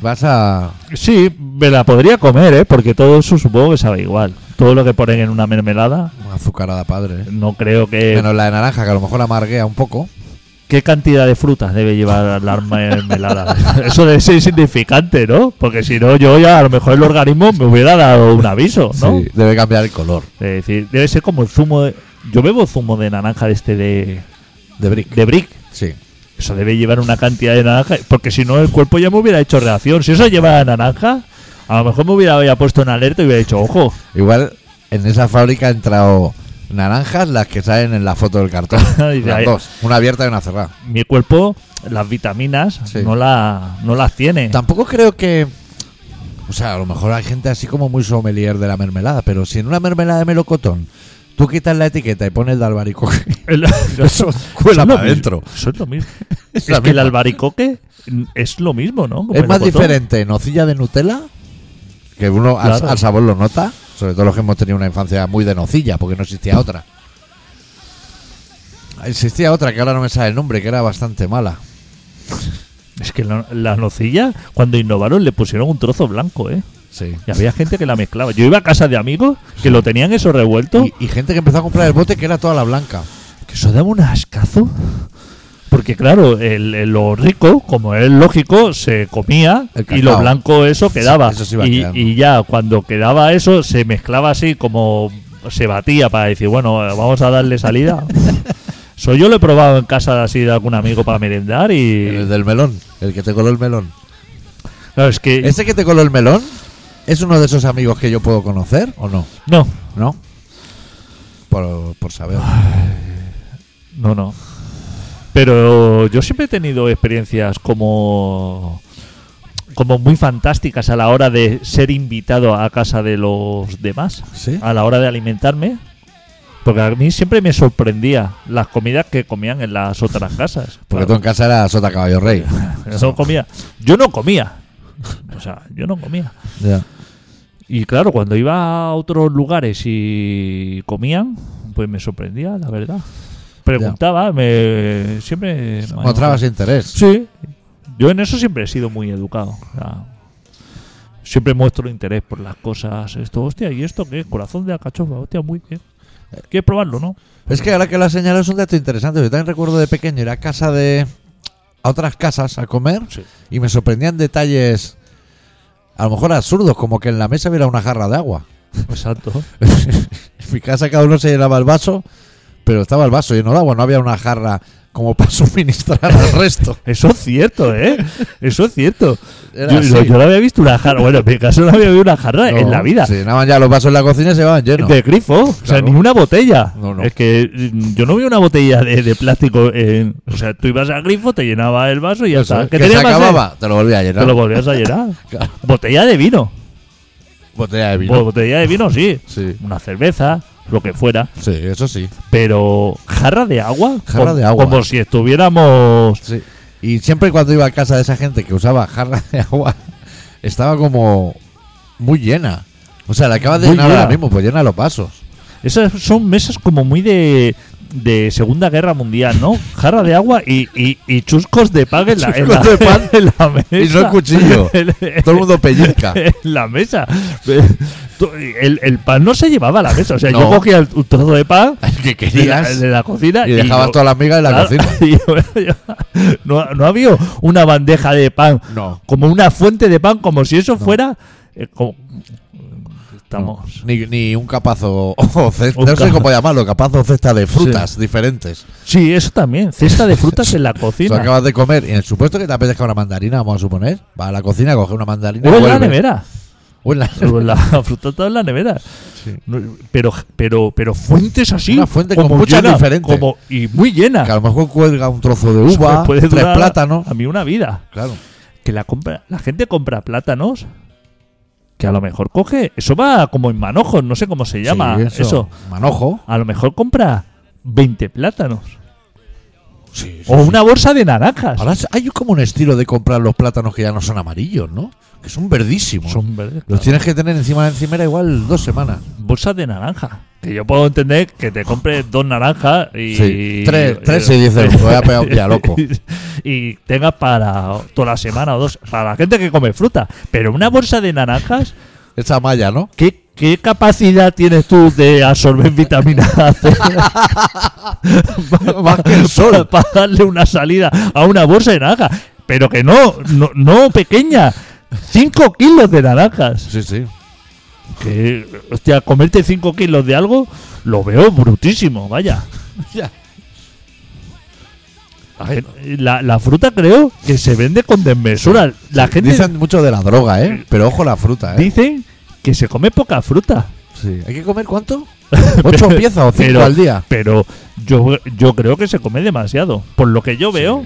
[SPEAKER 1] Vas a.
[SPEAKER 2] Sí, me la podría comer, ¿eh? porque todo eso supongo que sabe igual. Todo lo que ponen en una mermelada,
[SPEAKER 1] una azucarada padre. ¿eh?
[SPEAKER 2] no creo que.
[SPEAKER 1] Menos la de naranja, que a lo mejor amarguea un poco.
[SPEAKER 2] ¿Qué cantidad de frutas debe llevar la mermelada? Eso debe ser insignificante, ¿no? Porque si no, yo ya a lo mejor el organismo me hubiera dado un aviso, ¿no?
[SPEAKER 1] Sí, debe cambiar el color
[SPEAKER 2] Es decir, debe ser como el zumo de... Yo bebo zumo de naranja de este de,
[SPEAKER 1] de brick.
[SPEAKER 2] de brick.
[SPEAKER 1] Sí.
[SPEAKER 2] Eso debe llevar una cantidad de naranja, porque si no el cuerpo ya me hubiera hecho reacción. Si eso llevara naranja, a lo mejor me hubiera ya puesto en alerta y hubiera dicho, ojo,
[SPEAKER 1] Igual en esa fábrica ha entrado naranjas, las que salen en la foto del cartón.
[SPEAKER 2] Dice,
[SPEAKER 1] Las
[SPEAKER 2] "Ay".
[SPEAKER 1] dos, una abierta y una cerrada.
[SPEAKER 2] mi cuerpo las vitaminas
[SPEAKER 1] Sí.
[SPEAKER 2] no, la, no las tiene.
[SPEAKER 1] Tampoco creo que. O sea, a lo mejor hay gente así como muy sommelier de la mermelada, pero si en una mermelada de melocotón tú quitas la etiqueta y pones de albaricoque,
[SPEAKER 2] El-
[SPEAKER 1] eso cuela
[SPEAKER 2] Son lo
[SPEAKER 1] para
[SPEAKER 2] mis-
[SPEAKER 1] adentro.
[SPEAKER 2] Son lo mismo. es
[SPEAKER 1] la
[SPEAKER 2] que el
[SPEAKER 1] misma.
[SPEAKER 2] albaricoque mm, es lo mismo, ¿no? Como
[SPEAKER 1] Es
[SPEAKER 2] el
[SPEAKER 1] más
[SPEAKER 2] melocotón.
[SPEAKER 1] diferente nocilla de Nutella, que uno al-
[SPEAKER 2] Claro.
[SPEAKER 1] al, sabor lo nota, sobre todo los que hemos tenido una infancia muy de nocilla, porque no existía otra. Existía otra que ahora no me sale el nombre, que era bastante mala.
[SPEAKER 2] Es que la, la nocilla, cuando innovaron, le pusieron un trozo blanco, ¿eh?
[SPEAKER 1] Sí.
[SPEAKER 2] Y había gente que la mezclaba. Yo iba a casa de amigos que lo tenían eso revuelto.
[SPEAKER 1] Y, y gente que empezó a comprar el bote que era toda la blanca.
[SPEAKER 2] Que eso daba un ascazo. Porque claro, el, el- lo rico, como es lógico, se comía
[SPEAKER 1] El
[SPEAKER 2] y lo
[SPEAKER 1] cacao.
[SPEAKER 2] blanco eso quedaba.
[SPEAKER 1] Sí, eso se iba
[SPEAKER 2] y,
[SPEAKER 1] quedando.
[SPEAKER 2] y ya cuando quedaba eso, se mezclaba así como se batía para decir, bueno, eh, vamos a darle salida. Eso yo lo he probado en casa así de algún amigo para merendar
[SPEAKER 1] El
[SPEAKER 2] y...
[SPEAKER 1] del melón, el que te coló el melón.
[SPEAKER 2] Claro, es que...
[SPEAKER 1] ¿Ese que te coló el melón es uno de esos amigos que yo puedo conocer o no?
[SPEAKER 2] No,
[SPEAKER 1] ¿No? Por, por saber.
[SPEAKER 2] no, no. Pero yo siempre he tenido experiencias como... Como muy fantásticas a la hora de ser invitado a casa de los demás.
[SPEAKER 1] ¿Sí?
[SPEAKER 2] a la hora de alimentarme. Porque a mí siempre me sorprendía las comidas que comían en las otras casas.
[SPEAKER 1] Porque tú en
[SPEAKER 2] Claro,
[SPEAKER 1] casa eras Sota Caballo Rey.
[SPEAKER 2] no comía. Yo no comía. O sea, yo no comía.
[SPEAKER 1] Ya.
[SPEAKER 2] Y claro, cuando iba a otros lugares y comían, pues me sorprendía, la verdad. Preguntaba, me siempre... me-
[SPEAKER 1] Mostrabas interés.
[SPEAKER 2] Sí. Yo en eso siempre he sido muy educado. o sea, siempre muestro interés por las cosas. Esto, hostia, ¿y esto qué? Corazón de alcachofa, hostia, muy bien. ¿Quieres probarlo, no?
[SPEAKER 1] Es que ahora que lo has señalado es un dato interesante. Yo también recuerdo de pequeño ir a casa de. a otras casas a comer
[SPEAKER 2] Sí.
[SPEAKER 1] y me sorprendían detalles. A lo mejor absurdos, como que en la mesa hubiera una jarra de agua.
[SPEAKER 2] Exacto.
[SPEAKER 1] En mi casa cada uno se llenaba el vaso, pero estaba el vaso lleno de agua, no había una jarra como para suministrar al resto.
[SPEAKER 2] Eso es cierto, ¿eh? Eso es cierto.
[SPEAKER 1] Era
[SPEAKER 2] Yo,
[SPEAKER 1] así.
[SPEAKER 2] yo no había visto una jarra. Bueno, en mi caso no había visto una jarra en
[SPEAKER 1] No,
[SPEAKER 2] la vida.
[SPEAKER 1] Se llenaban ya los vasos en la cocina y se llevaban llenos.
[SPEAKER 2] De grifo, o sea,
[SPEAKER 1] Claro.
[SPEAKER 2] ni una botella.
[SPEAKER 1] No, no.
[SPEAKER 2] Es que mm, yo no vi una botella de, de plástico. en- o sea, tú ibas al grifo, te llenaba el vaso y ya
[SPEAKER 1] Eso,
[SPEAKER 2] está.
[SPEAKER 1] ¿eh?
[SPEAKER 2] ¿Qué
[SPEAKER 1] que se
[SPEAKER 2] tenías más sed?
[SPEAKER 1] acababa, te lo volvía a llenar.
[SPEAKER 2] Te lo volvías a llenar.
[SPEAKER 1] Claro.
[SPEAKER 2] Botella de vino.
[SPEAKER 1] Botella de vino.
[SPEAKER 2] Bo- Botella de vino, sí.
[SPEAKER 1] Sí.
[SPEAKER 2] Una cerveza, lo que fuera.
[SPEAKER 1] Sí, eso sí.
[SPEAKER 2] Pero jarra de agua.
[SPEAKER 1] Jarra
[SPEAKER 2] Com-
[SPEAKER 1] de agua.
[SPEAKER 2] Como si estuviéramos...
[SPEAKER 1] sí. Y siempre cuando iba a casa de esa gente que usaba jarra de agua, estaba como muy llena. O sea, la acabas de
[SPEAKER 2] Muy
[SPEAKER 1] llenar ahora
[SPEAKER 2] llena.
[SPEAKER 1] mismo, pues llena los vasos.
[SPEAKER 2] Esas son mesas como muy de, de Segunda Guerra Mundial, ¿no? Jarra de agua y, y, y chuscos de pan en la, en
[SPEAKER 1] Chuscos
[SPEAKER 2] la-
[SPEAKER 1] de pan
[SPEAKER 2] en la mesa.
[SPEAKER 1] Y no cuchillo. Todo el mundo pellizca.
[SPEAKER 2] en la mesa. Tú- El, el pan no se llevaba a la mesa. O sea, yo
[SPEAKER 1] No.
[SPEAKER 2] cogía el- un trozo de pan
[SPEAKER 1] El que
[SPEAKER 2] de la,
[SPEAKER 1] querías.
[SPEAKER 2] de la cocina
[SPEAKER 1] Y dejabas
[SPEAKER 2] yo-
[SPEAKER 1] todas las migas en la
[SPEAKER 2] claro,
[SPEAKER 1] cocina.
[SPEAKER 2] y yo- yo- no, no había una bandeja de pan,
[SPEAKER 1] No.
[SPEAKER 2] como una fuente de pan, como si eso fuera. eh, como- estamos.
[SPEAKER 1] Ni, ni un capazo o cesta,
[SPEAKER 2] Un
[SPEAKER 1] no sé
[SPEAKER 2] ca-
[SPEAKER 1] cómo llamarlo, capazo o cesta de frutas diferentes.
[SPEAKER 2] Sí, eso también. Cesta de frutas en la
[SPEAKER 1] Tú
[SPEAKER 2] cocina.
[SPEAKER 1] acabas de comer y en el supuesto que te apetezca una mandarina, vamos a suponer, va a la cocina, coge una
[SPEAKER 2] O
[SPEAKER 1] mandarina. y
[SPEAKER 2] en la
[SPEAKER 1] vuelve.
[SPEAKER 2] nevera.
[SPEAKER 1] O en la-
[SPEAKER 2] O en la fruta está en la nevera. No, Pero, pero, pero fuentes así.
[SPEAKER 1] Una fuente con muchas
[SPEAKER 2] llena,
[SPEAKER 1] diferentes.
[SPEAKER 2] Como, y muy llena.
[SPEAKER 1] Que a lo mejor cuelga un trozo de
[SPEAKER 2] Eso
[SPEAKER 1] uva,
[SPEAKER 2] Pues me puede
[SPEAKER 1] tres
[SPEAKER 2] durar
[SPEAKER 1] plátanos.
[SPEAKER 2] A mí una vida.
[SPEAKER 1] Claro.
[SPEAKER 2] Que la compra, la gente compra plátanos. Que a lo mejor coge. Eso va como en manojos, no sé cómo se llama.
[SPEAKER 1] Sí,
[SPEAKER 2] eso.
[SPEAKER 1] Manojo.
[SPEAKER 2] A lo mejor compra 20 plátanos.
[SPEAKER 1] Sí, sí,
[SPEAKER 2] O
[SPEAKER 1] sí.
[SPEAKER 2] una bolsa de naranjas.
[SPEAKER 1] Oh, Ahora hay como un estilo de comprar los plátanos que ya no son amarillos, ¿no? Que son verdísimos.
[SPEAKER 2] Son verdes.
[SPEAKER 1] Los
[SPEAKER 2] claro.
[SPEAKER 1] tienes que tener encima de encimera igual dos semanas.
[SPEAKER 2] Bolsas de naranja. Que yo puedo entender que te compres dos naranjas y.
[SPEAKER 1] Sí, tres- tres y dices, "Me voy a pegar un día loco".
[SPEAKER 2] Y tengas para toda la semana o dos. Para la gente que come fruta. Pero una bolsa de naranjas.
[SPEAKER 1] Esa malla, ¿no?
[SPEAKER 2] ¿Qué, qué capacidad tienes tú de absorber vitamina C?
[SPEAKER 1] Más que el sol.
[SPEAKER 2] Para darle una salida a una bolsa de naranja. Pero que no, no, no pequeña. 5 kilos de naranjas.
[SPEAKER 1] Sí, sí.
[SPEAKER 2] Que, hostia, comerte 5 kilos de algo lo veo brutísimo, vaya.
[SPEAKER 1] Ya.
[SPEAKER 2] La, gen- la- la fruta creo que se vende con desmesura. La gente
[SPEAKER 1] Dicen mucho de la droga, ¿eh? Pero ojo la fruta, ¿eh?
[SPEAKER 2] dicen que se come poca fruta.
[SPEAKER 1] Sí. ¿Hay que comer cuánto? ¿Ocho piezas o cinco
[SPEAKER 2] Pero-
[SPEAKER 1] al día?
[SPEAKER 2] Pero yo, yo creo que se come demasiado. Por lo que yo veo,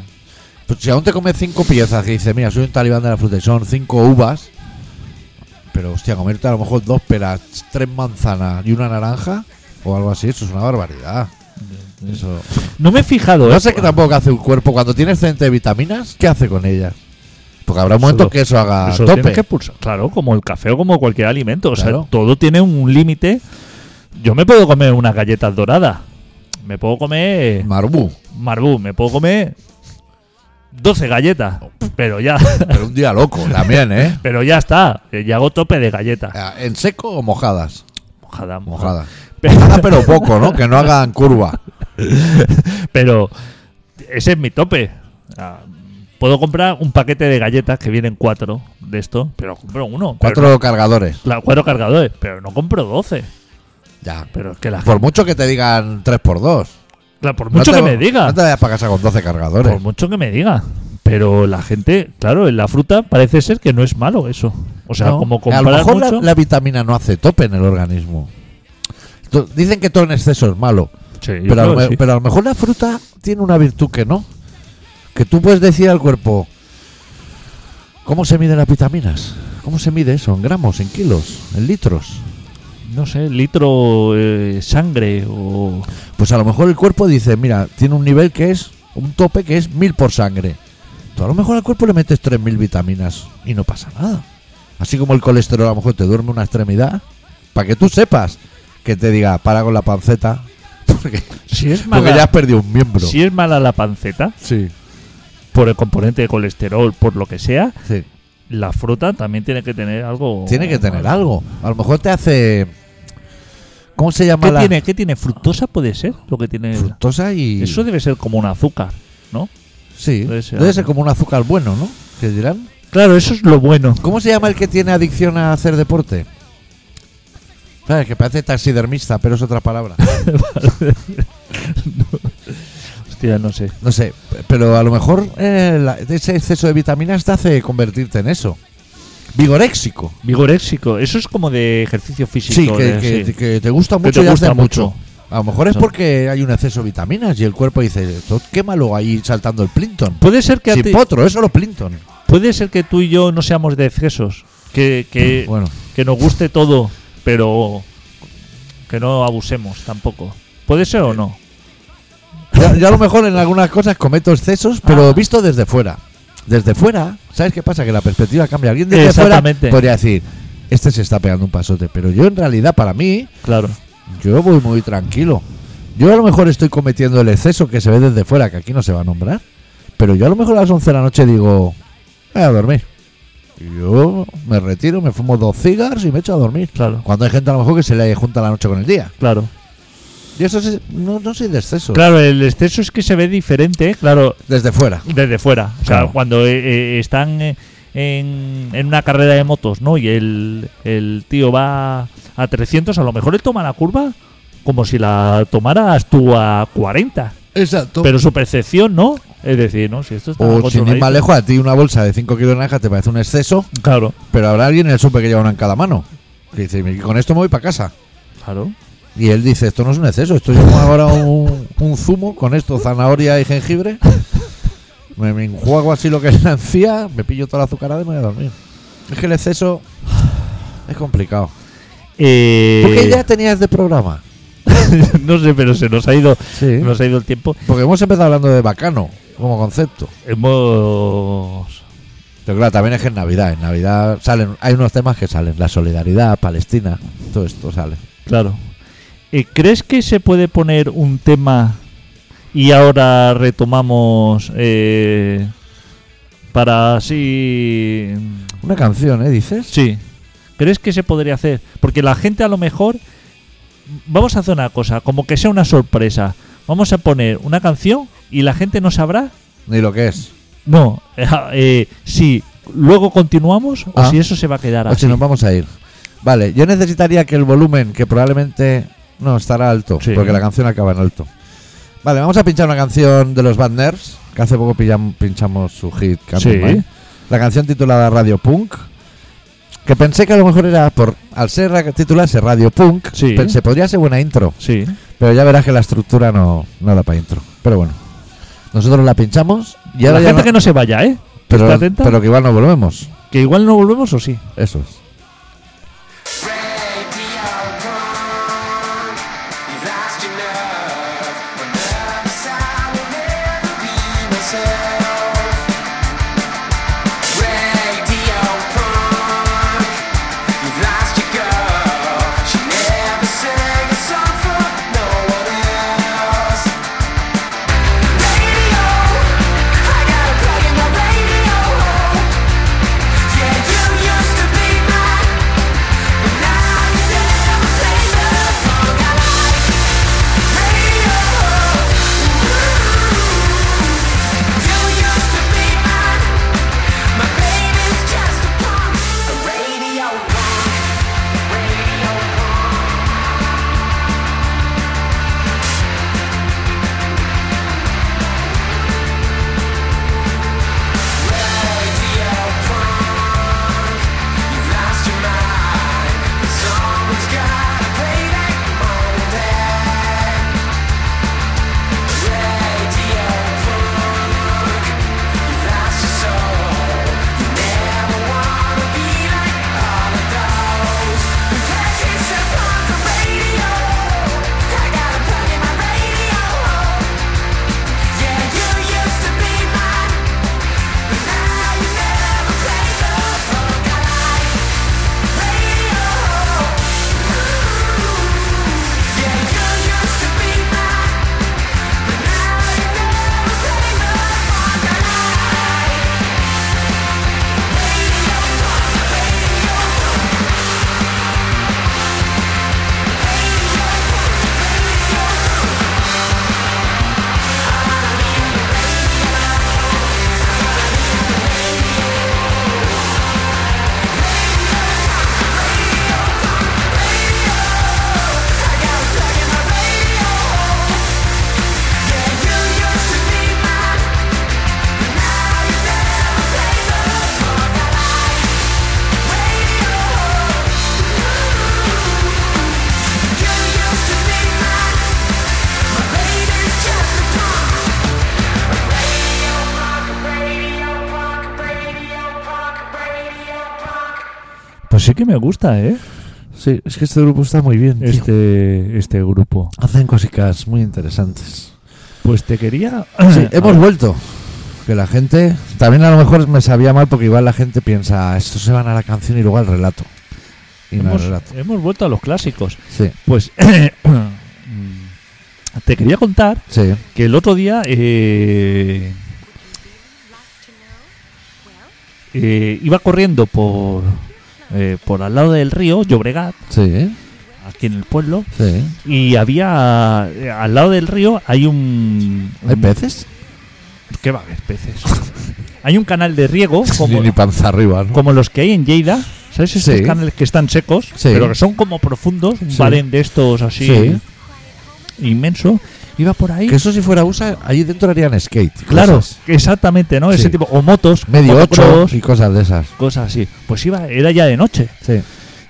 [SPEAKER 1] Pues si aún te comes cinco piezas, que dices, mira, soy un talibán de la fruta y son cinco uvas, pero hostia, comerte a lo mejor dos peras, tres manzanas y una naranja o algo así, eso es una barbaridad. Eso.
[SPEAKER 2] no me he fijado.
[SPEAKER 1] No
[SPEAKER 2] ¿eh?
[SPEAKER 1] sé qué tampoco hace un cuerpo cuando tiene excedente de vitaminas, ¿qué hace con ellas? Porque habrá un momento
[SPEAKER 2] lo-
[SPEAKER 1] que eso haga
[SPEAKER 2] Eso
[SPEAKER 1] tope.
[SPEAKER 2] tienes que pulsar. Claro, como el café o como cualquier alimento. O sea,
[SPEAKER 1] Claro.
[SPEAKER 2] todo tiene un límite. Yo me puedo comer unas galletas doradas. Me puedo comer
[SPEAKER 1] Marbú,
[SPEAKER 2] marbú. Me puedo comer 12 galletas. Pero ya,
[SPEAKER 1] pero un día loco también, ¿eh?
[SPEAKER 2] pero ya está. Ya hago tope de galletas.
[SPEAKER 1] Ah, ¿En seco o mojadas?
[SPEAKER 2] Mojada, mojada.
[SPEAKER 1] Mojadas.
[SPEAKER 2] Pero-
[SPEAKER 1] Mojadas, pero poco, ¿no? Que no hagan curva.
[SPEAKER 2] Pero ese es mi tope. Ah, Puedo comprar un paquete de galletas que vienen cuatro de esto, pero compro uno. Pero
[SPEAKER 1] Cuatro cargadores.
[SPEAKER 2] no- la- cuatro cargadores, pero no compro 12.
[SPEAKER 1] Ya.
[SPEAKER 2] Pero es que la
[SPEAKER 1] Por mucho que te digan tres por dos.
[SPEAKER 2] Claro, por
[SPEAKER 1] No
[SPEAKER 2] mucho
[SPEAKER 1] te-
[SPEAKER 2] que me diga.
[SPEAKER 1] No te vayas para casa con 12 cargadores.
[SPEAKER 2] por mucho que me diga. Pero la gente, claro, en la fruta parece ser que no es malo eso. O sea,
[SPEAKER 1] No.
[SPEAKER 2] como
[SPEAKER 1] a
[SPEAKER 2] comprar
[SPEAKER 1] lo mejor la-
[SPEAKER 2] mucho.
[SPEAKER 1] La, vitamina no hace tope en el organismo. To- Dicen que todo en exceso es malo.
[SPEAKER 2] Sí, yo
[SPEAKER 1] Pero a, lo
[SPEAKER 2] creo que
[SPEAKER 1] me-
[SPEAKER 2] sí.
[SPEAKER 1] pero a lo mejor la fruta tiene una virtud que no. Que tú puedes decir al cuerpo, ¿cómo se miden las vitaminas? ¿Cómo se mide eso? ¿En gramos? ¿En kilos? ¿En litros?
[SPEAKER 2] No sé, litro eh, sangre o.
[SPEAKER 1] Pues a lo mejor el cuerpo dice, mira, tiene un nivel que es, un tope que es mil por sangre. Tú a lo mejor al cuerpo le metes tres mil vitaminas y no pasa nada. Así como el colesterol a lo mejor te duerme una extremidad, para que tú sepas que te diga, para con la panceta, porque,
[SPEAKER 2] Si es
[SPEAKER 1] porque ya has
[SPEAKER 2] mala,
[SPEAKER 1] perdido un miembro.
[SPEAKER 2] si es mala la panceta,
[SPEAKER 1] sí.
[SPEAKER 2] por el componente de colesterol, por lo que sea,
[SPEAKER 1] sí.
[SPEAKER 2] la fruta también tiene que tener algo.
[SPEAKER 1] Tiene que tener algo. A lo mejor te hace... ¿Cómo se llama
[SPEAKER 2] ¿Qué
[SPEAKER 1] la
[SPEAKER 2] tiene? ¿Qué tiene? ¿Fructosa puede ser? Lo que tiene.
[SPEAKER 1] fructosa y...
[SPEAKER 2] Eso debe ser como un azúcar, ¿no?
[SPEAKER 1] sí,
[SPEAKER 2] debe ser
[SPEAKER 1] debe
[SPEAKER 2] algo.
[SPEAKER 1] ser como un azúcar bueno, ¿no? ¿Qué dirán?
[SPEAKER 2] Claro, eso es lo bueno.
[SPEAKER 1] ¿Cómo se llama el que tiene adicción a hacer deporte? Ah, Claro, que parece taxidermista, pero es otra palabra.
[SPEAKER 2] Tía, no sé.
[SPEAKER 1] No sé, pero a lo mejor eh, la- ese exceso de vitaminas te hace convertirte en eso. Vigoréxico.
[SPEAKER 2] Vigoréxico. Eso es como de ejercicio físico.
[SPEAKER 1] Sí, que,
[SPEAKER 2] de-
[SPEAKER 1] que-
[SPEAKER 2] eh, sí.
[SPEAKER 1] que te gusta
[SPEAKER 2] Que
[SPEAKER 1] mucho
[SPEAKER 2] te
[SPEAKER 1] y
[SPEAKER 2] gusta
[SPEAKER 1] hace mucho.
[SPEAKER 2] mucho.
[SPEAKER 1] A lo mejor es
[SPEAKER 2] Eso.
[SPEAKER 1] porque hay un exceso de vitaminas y el cuerpo dice, "Esto, quémalo ahí saltando el Plinton.
[SPEAKER 2] Puede ser que a
[SPEAKER 1] Si
[SPEAKER 2] ti-
[SPEAKER 1] potro, eso los Plinton.
[SPEAKER 2] puede ser que tú y yo no seamos de excesos, que, que,
[SPEAKER 1] Bueno,
[SPEAKER 2] que nos guste todo, pero que no abusemos tampoco. ¿Puede ser o no?
[SPEAKER 1] yo, yo a lo mejor en algunas cosas cometo excesos, pero
[SPEAKER 2] Ah.
[SPEAKER 1] visto desde fuera. Desde fuera, ¿sabes qué pasa? Que la perspectiva cambia. Alguien desde fuera
[SPEAKER 2] Exactamente.
[SPEAKER 1] podría decir, este se está pegando un pasote, pero yo en realidad para mí
[SPEAKER 2] Claro.
[SPEAKER 1] Yo voy muy tranquilo. Yo a lo mejor estoy cometiendo el exceso que se ve desde fuera, que aquí no se va a nombrar. Pero yo a lo mejor a las 11 de la noche digo, voy a dormir. Y yo me retiro, me fumo dos cigarros y me echo a dormir.
[SPEAKER 2] Claro,
[SPEAKER 1] Cuando hay gente a lo mejor que se le junta la noche con el día.
[SPEAKER 2] claro.
[SPEAKER 1] Y eso es- no, no soy de exceso.
[SPEAKER 2] Claro, el exceso es que se ve diferente, claro,
[SPEAKER 1] Desde fuera.
[SPEAKER 2] desde fuera. O sea,
[SPEAKER 1] Claro.
[SPEAKER 2] cuando eh, eh, están eh, en, en una carrera de motos, ¿no? Y el, el tío va a 300, a lo mejor él toma la curva como si la tomaras tú a 40.
[SPEAKER 1] Exacto.
[SPEAKER 2] Pero su percepción, ¿no? Es decir, ¿no? Si esto está
[SPEAKER 1] o sin ir
[SPEAKER 2] controladito.
[SPEAKER 1] más lejos, a ti una bolsa de 5 kilos de naranjas te parece un exceso,
[SPEAKER 2] Claro,
[SPEAKER 1] pero habrá alguien en el súper que lleva una en cada mano. Que dice, con esto me voy para casa.
[SPEAKER 2] claro.
[SPEAKER 1] Y él dice, esto no es un exceso, esto yo como ahora un, un zumo con esto, zanahoria y jengibre. Me, me enjuago así lo que es la encía, me pillo toda la azucarada y me voy a dormir. Es que el exceso es complicado.
[SPEAKER 2] Eh,
[SPEAKER 1] ¿Tú qué idea tenías de programa?
[SPEAKER 2] no sé, pero se nos ha ido,
[SPEAKER 1] Sí.
[SPEAKER 2] nos ha ido el tiempo.
[SPEAKER 1] Porque hemos empezado hablando de bacano como concepto.
[SPEAKER 2] Hemos
[SPEAKER 1] Pero claro, también es que en Navidad, en Navidad salen, hay unos temas que salen, la solidaridad, Palestina, todo esto sale.
[SPEAKER 2] Claro. Eh, ¿Crees que se puede poner un tema y ahora retomamos eh, para así...
[SPEAKER 1] Una canción, ¿eh? Dices.
[SPEAKER 2] Sí. ¿Crees que se podría hacer? Porque la gente a lo mejor... Vamos a hacer una cosa, como que sea una sorpresa. Vamos a poner una canción y la gente no sabrá.
[SPEAKER 1] Ni lo que es.
[SPEAKER 2] No, eh, si luego continuamos o
[SPEAKER 1] Ah.
[SPEAKER 2] si eso se va a quedar
[SPEAKER 1] O
[SPEAKER 2] así.
[SPEAKER 1] si nos vamos a ir. Vale, yo necesitaría que el volumen, que probablemente no estará alto,
[SPEAKER 2] Sí.
[SPEAKER 1] porque la canción acaba en alto. Vale, vamos a pinchar una canción de los Bad Nerves, que hace poco pillam- pinchamos su hit, Candlelight.
[SPEAKER 2] Sí.
[SPEAKER 1] La canción titulada Radio Punk, que pensé que a lo mejor era por, al ser ra- titularse Radio Punk,
[SPEAKER 2] Sí.
[SPEAKER 1] pensé podría ser buena intro,
[SPEAKER 2] Sí.
[SPEAKER 1] pero ya verás que la estructura no, no da para intro. Pero bueno, nosotros la pinchamos y ahora
[SPEAKER 2] la
[SPEAKER 1] ya
[SPEAKER 2] gente
[SPEAKER 1] no-
[SPEAKER 2] que no se vaya, ¿eh?
[SPEAKER 1] pero,
[SPEAKER 2] está atenta.
[SPEAKER 1] pero que igual no volvemos.
[SPEAKER 2] Que igual no volvemos o sí.
[SPEAKER 1] Eso es.
[SPEAKER 3] Radio, I gotta plug in the radio. Yeah, you used to be my
[SPEAKER 2] Pues sí que me gusta, ¿eh?
[SPEAKER 1] Sí, es que este grupo está muy bien, tío.
[SPEAKER 2] Este, este grupo.
[SPEAKER 1] Hacen cositas muy interesantes.
[SPEAKER 2] Pues te quería.
[SPEAKER 1] Sí, hemos
[SPEAKER 2] Ah,
[SPEAKER 1] vuelto. Que la gente. También a lo mejor me sabía mal porque igual la gente piensa, estos se van a la canción y luego al relato. Y no al
[SPEAKER 2] hemos,
[SPEAKER 1] relato.
[SPEAKER 2] hemos vuelto a los clásicos.
[SPEAKER 1] Sí,
[SPEAKER 2] Pues. mm, te quería contar
[SPEAKER 1] sí.
[SPEAKER 2] que el otro día. eh, eh, iba corriendo por. eh, por al lado del río, Llobregat,
[SPEAKER 1] Sí,
[SPEAKER 2] aquí en el pueblo.
[SPEAKER 1] sí.
[SPEAKER 2] Y había. eh, Al lado del río hay un.
[SPEAKER 1] ¿Hay
[SPEAKER 2] un-
[SPEAKER 1] peces?
[SPEAKER 2] ¿Qué va a haber peces? hay un canal de riego. Como,
[SPEAKER 1] Ni, ni panza arriba, ¿no?
[SPEAKER 2] como los que hay en Lleida. ¿Sabes esos
[SPEAKER 1] Sí.
[SPEAKER 2] canales que están secos?
[SPEAKER 1] Sí.
[SPEAKER 2] Pero que son como profundos, un
[SPEAKER 1] Sí.
[SPEAKER 2] barén de estos así
[SPEAKER 1] Sí.
[SPEAKER 2] inmenso. Iba por ahí.
[SPEAKER 1] Que eso si fuera USA, allí dentro harían skate. y
[SPEAKER 2] claro,
[SPEAKER 1] cosas.
[SPEAKER 2] exactamente, ¿no? Ese
[SPEAKER 1] Sí.
[SPEAKER 2] tipo. O motos.
[SPEAKER 1] Medio ocho
[SPEAKER 2] motocross,
[SPEAKER 1] y cosas de esas.
[SPEAKER 2] Cosas así. Pues iba, era ya de noche.
[SPEAKER 1] Sí.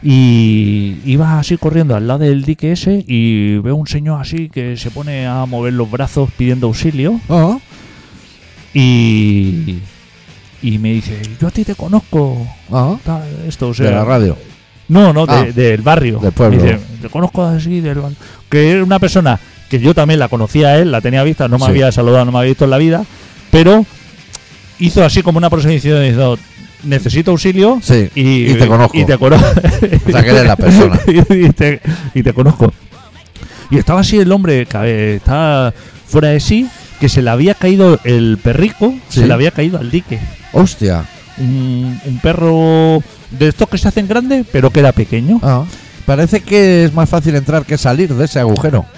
[SPEAKER 2] Y iba así corriendo al lado del dique ese y veo un señor así que se pone a mover los brazos pidiendo auxilio.
[SPEAKER 1] Oh,
[SPEAKER 2] Y, y me dice, yo a ti te conozco.
[SPEAKER 1] oh.
[SPEAKER 2] tal, Esto, o sea,
[SPEAKER 1] De la radio.
[SPEAKER 2] No, no, de-
[SPEAKER 1] Ah,
[SPEAKER 2] del barrio.
[SPEAKER 1] del pueblo.
[SPEAKER 2] Me dice, te conozco así del barrio. Que era una persona que yo también la conocía a él, la tenía vista, no me
[SPEAKER 1] Sí.
[SPEAKER 2] había saludado, no me había visto en la vida, pero hizo así como una aproximación diciendo, necesito auxilio.
[SPEAKER 1] Sí.
[SPEAKER 2] Y,
[SPEAKER 1] Y te conozco.
[SPEAKER 2] Y te conozco.
[SPEAKER 1] O sea, que eres la persona.
[SPEAKER 2] y, te, y te conozco. Y estaba así el hombre, que eh, estaba fuera de sí, que se le había caído el perrico,
[SPEAKER 1] Sí.
[SPEAKER 2] se le había caído al dique.
[SPEAKER 1] Hostia.
[SPEAKER 2] Un, un perro de estos que se hacen grandes, pero que era pequeño.
[SPEAKER 1] Ah. Parece que es más fácil entrar que salir de ese agujero.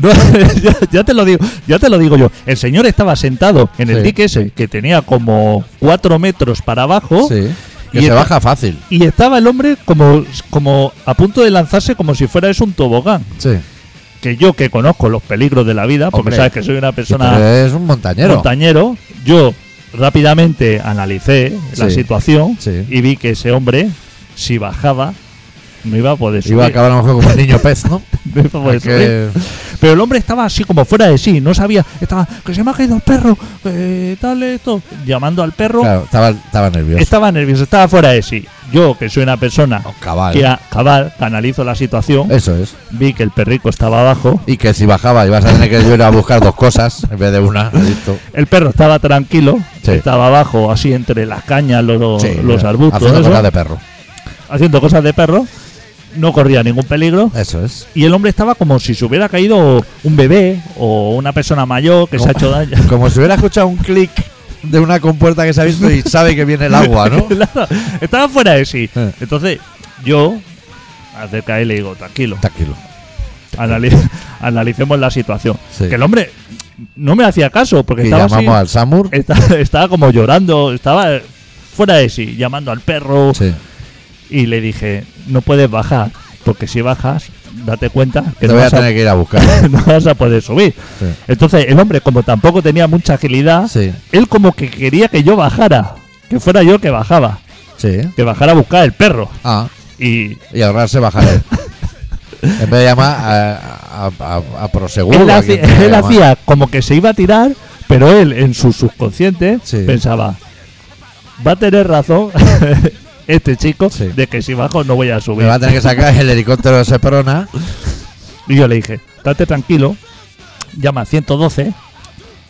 [SPEAKER 2] No, ya, ya te lo digo, ya te lo digo yo. El señor estaba sentado en el
[SPEAKER 1] Sí.
[SPEAKER 2] dique ese, que tenía como cuatro metros para abajo,
[SPEAKER 1] Sí. Que
[SPEAKER 2] Oh. Y
[SPEAKER 1] se
[SPEAKER 2] esta-
[SPEAKER 1] baja fácil.
[SPEAKER 2] y estaba el hombre como, como a punto de lanzarse como si fuera es un tobogán.
[SPEAKER 1] Sí.
[SPEAKER 2] Que yo que conozco los peligros de la vida, porque
[SPEAKER 1] Hombre.
[SPEAKER 2] sabes que soy una
[SPEAKER 1] Pero eh,
[SPEAKER 2] persona
[SPEAKER 1] es un montañero.
[SPEAKER 2] montañero, yo rápidamente analicé la
[SPEAKER 1] Sí.
[SPEAKER 2] situación
[SPEAKER 1] Sí.
[SPEAKER 2] y vi que ese hombre, si bajaba, no iba a poder subir.
[SPEAKER 1] Iba a acabar a lo mejor como un niño pez, ¿no?
[SPEAKER 2] No iba a poder subir.
[SPEAKER 1] Porque-
[SPEAKER 2] Pero el hombre estaba así como fuera de sí, no sabía, estaba, que se me ha caído el perro, eh, tal, esto, llamando al perro,
[SPEAKER 1] claro, estaba, estaba nervioso.
[SPEAKER 2] estaba nervioso, estaba fuera de sí. Yo, que soy una persona
[SPEAKER 1] Oh, cabal.
[SPEAKER 2] que a- cabal, canalizo la situación,
[SPEAKER 1] Eso es.
[SPEAKER 2] vi que el perrico estaba abajo,
[SPEAKER 1] Y que si bajaba ibas a tener que yo ir a buscar dos cosas en vez de una. adicto.
[SPEAKER 2] el perro estaba tranquilo,
[SPEAKER 1] Sí.
[SPEAKER 2] estaba abajo, así entre las cañas, los,
[SPEAKER 1] Sí,
[SPEAKER 2] los
[SPEAKER 1] mira,
[SPEAKER 2] arbustos,
[SPEAKER 1] Haciendo
[SPEAKER 2] eso,
[SPEAKER 1] cosas de perro.
[SPEAKER 2] haciendo cosas de perro, no corría ningún peligro.
[SPEAKER 1] Eso es.
[SPEAKER 2] Y el hombre estaba como si se hubiera caído un bebé o una persona mayor que se ha hecho daño.
[SPEAKER 1] Como si hubiera escuchado un clic de una compuerta que se ha visto y sabe que viene el agua, ¿no?
[SPEAKER 2] Claro, estaba fuera de sí.
[SPEAKER 1] Eh.
[SPEAKER 2] Entonces, yo me acerco a él y le digo, tranquilo,
[SPEAKER 1] Tranquilo.
[SPEAKER 2] anali- analicemos la situación.
[SPEAKER 1] Sí.
[SPEAKER 2] Que el hombre no me hacía caso,
[SPEAKER 1] Y
[SPEAKER 2] porque estaba,
[SPEAKER 1] llamamos
[SPEAKER 2] así,
[SPEAKER 1] al Samur.
[SPEAKER 2] esta- estaba como llorando, estaba fuera de sí, llamando al perro.
[SPEAKER 1] Sí.
[SPEAKER 2] Y le dije, no puedes bajar, porque si bajas, date cuenta que
[SPEAKER 1] Te
[SPEAKER 2] no
[SPEAKER 1] voy a
[SPEAKER 2] vas a-
[SPEAKER 1] tener que ir a buscar.
[SPEAKER 2] no vas a poder subir.
[SPEAKER 1] Sí.
[SPEAKER 2] Entonces, el hombre, como tampoco tenía mucha agilidad,
[SPEAKER 1] Sí.
[SPEAKER 2] él como que quería que yo bajara, que fuera yo el que bajaba,
[SPEAKER 1] Sí.
[SPEAKER 2] que bajara a buscar el perro.
[SPEAKER 1] Ah,
[SPEAKER 2] Y
[SPEAKER 1] y ahorrarse bajar él. En vez de llamar a, a, a, a Proseguro.
[SPEAKER 2] él,
[SPEAKER 1] a
[SPEAKER 2] hacía,
[SPEAKER 1] quien tenga que
[SPEAKER 2] él
[SPEAKER 1] llamar.
[SPEAKER 2] hacía como que se iba a tirar, pero él en su subconsciente
[SPEAKER 1] Sí.
[SPEAKER 2] pensaba, va a tener razón este chico
[SPEAKER 1] Sí.
[SPEAKER 2] de que si bajo no voy a
[SPEAKER 1] Me
[SPEAKER 2] subir.
[SPEAKER 1] va a tener que sacar el helicóptero de ese perona.
[SPEAKER 2] Y yo le dije, estate tranquilo, llama al 112,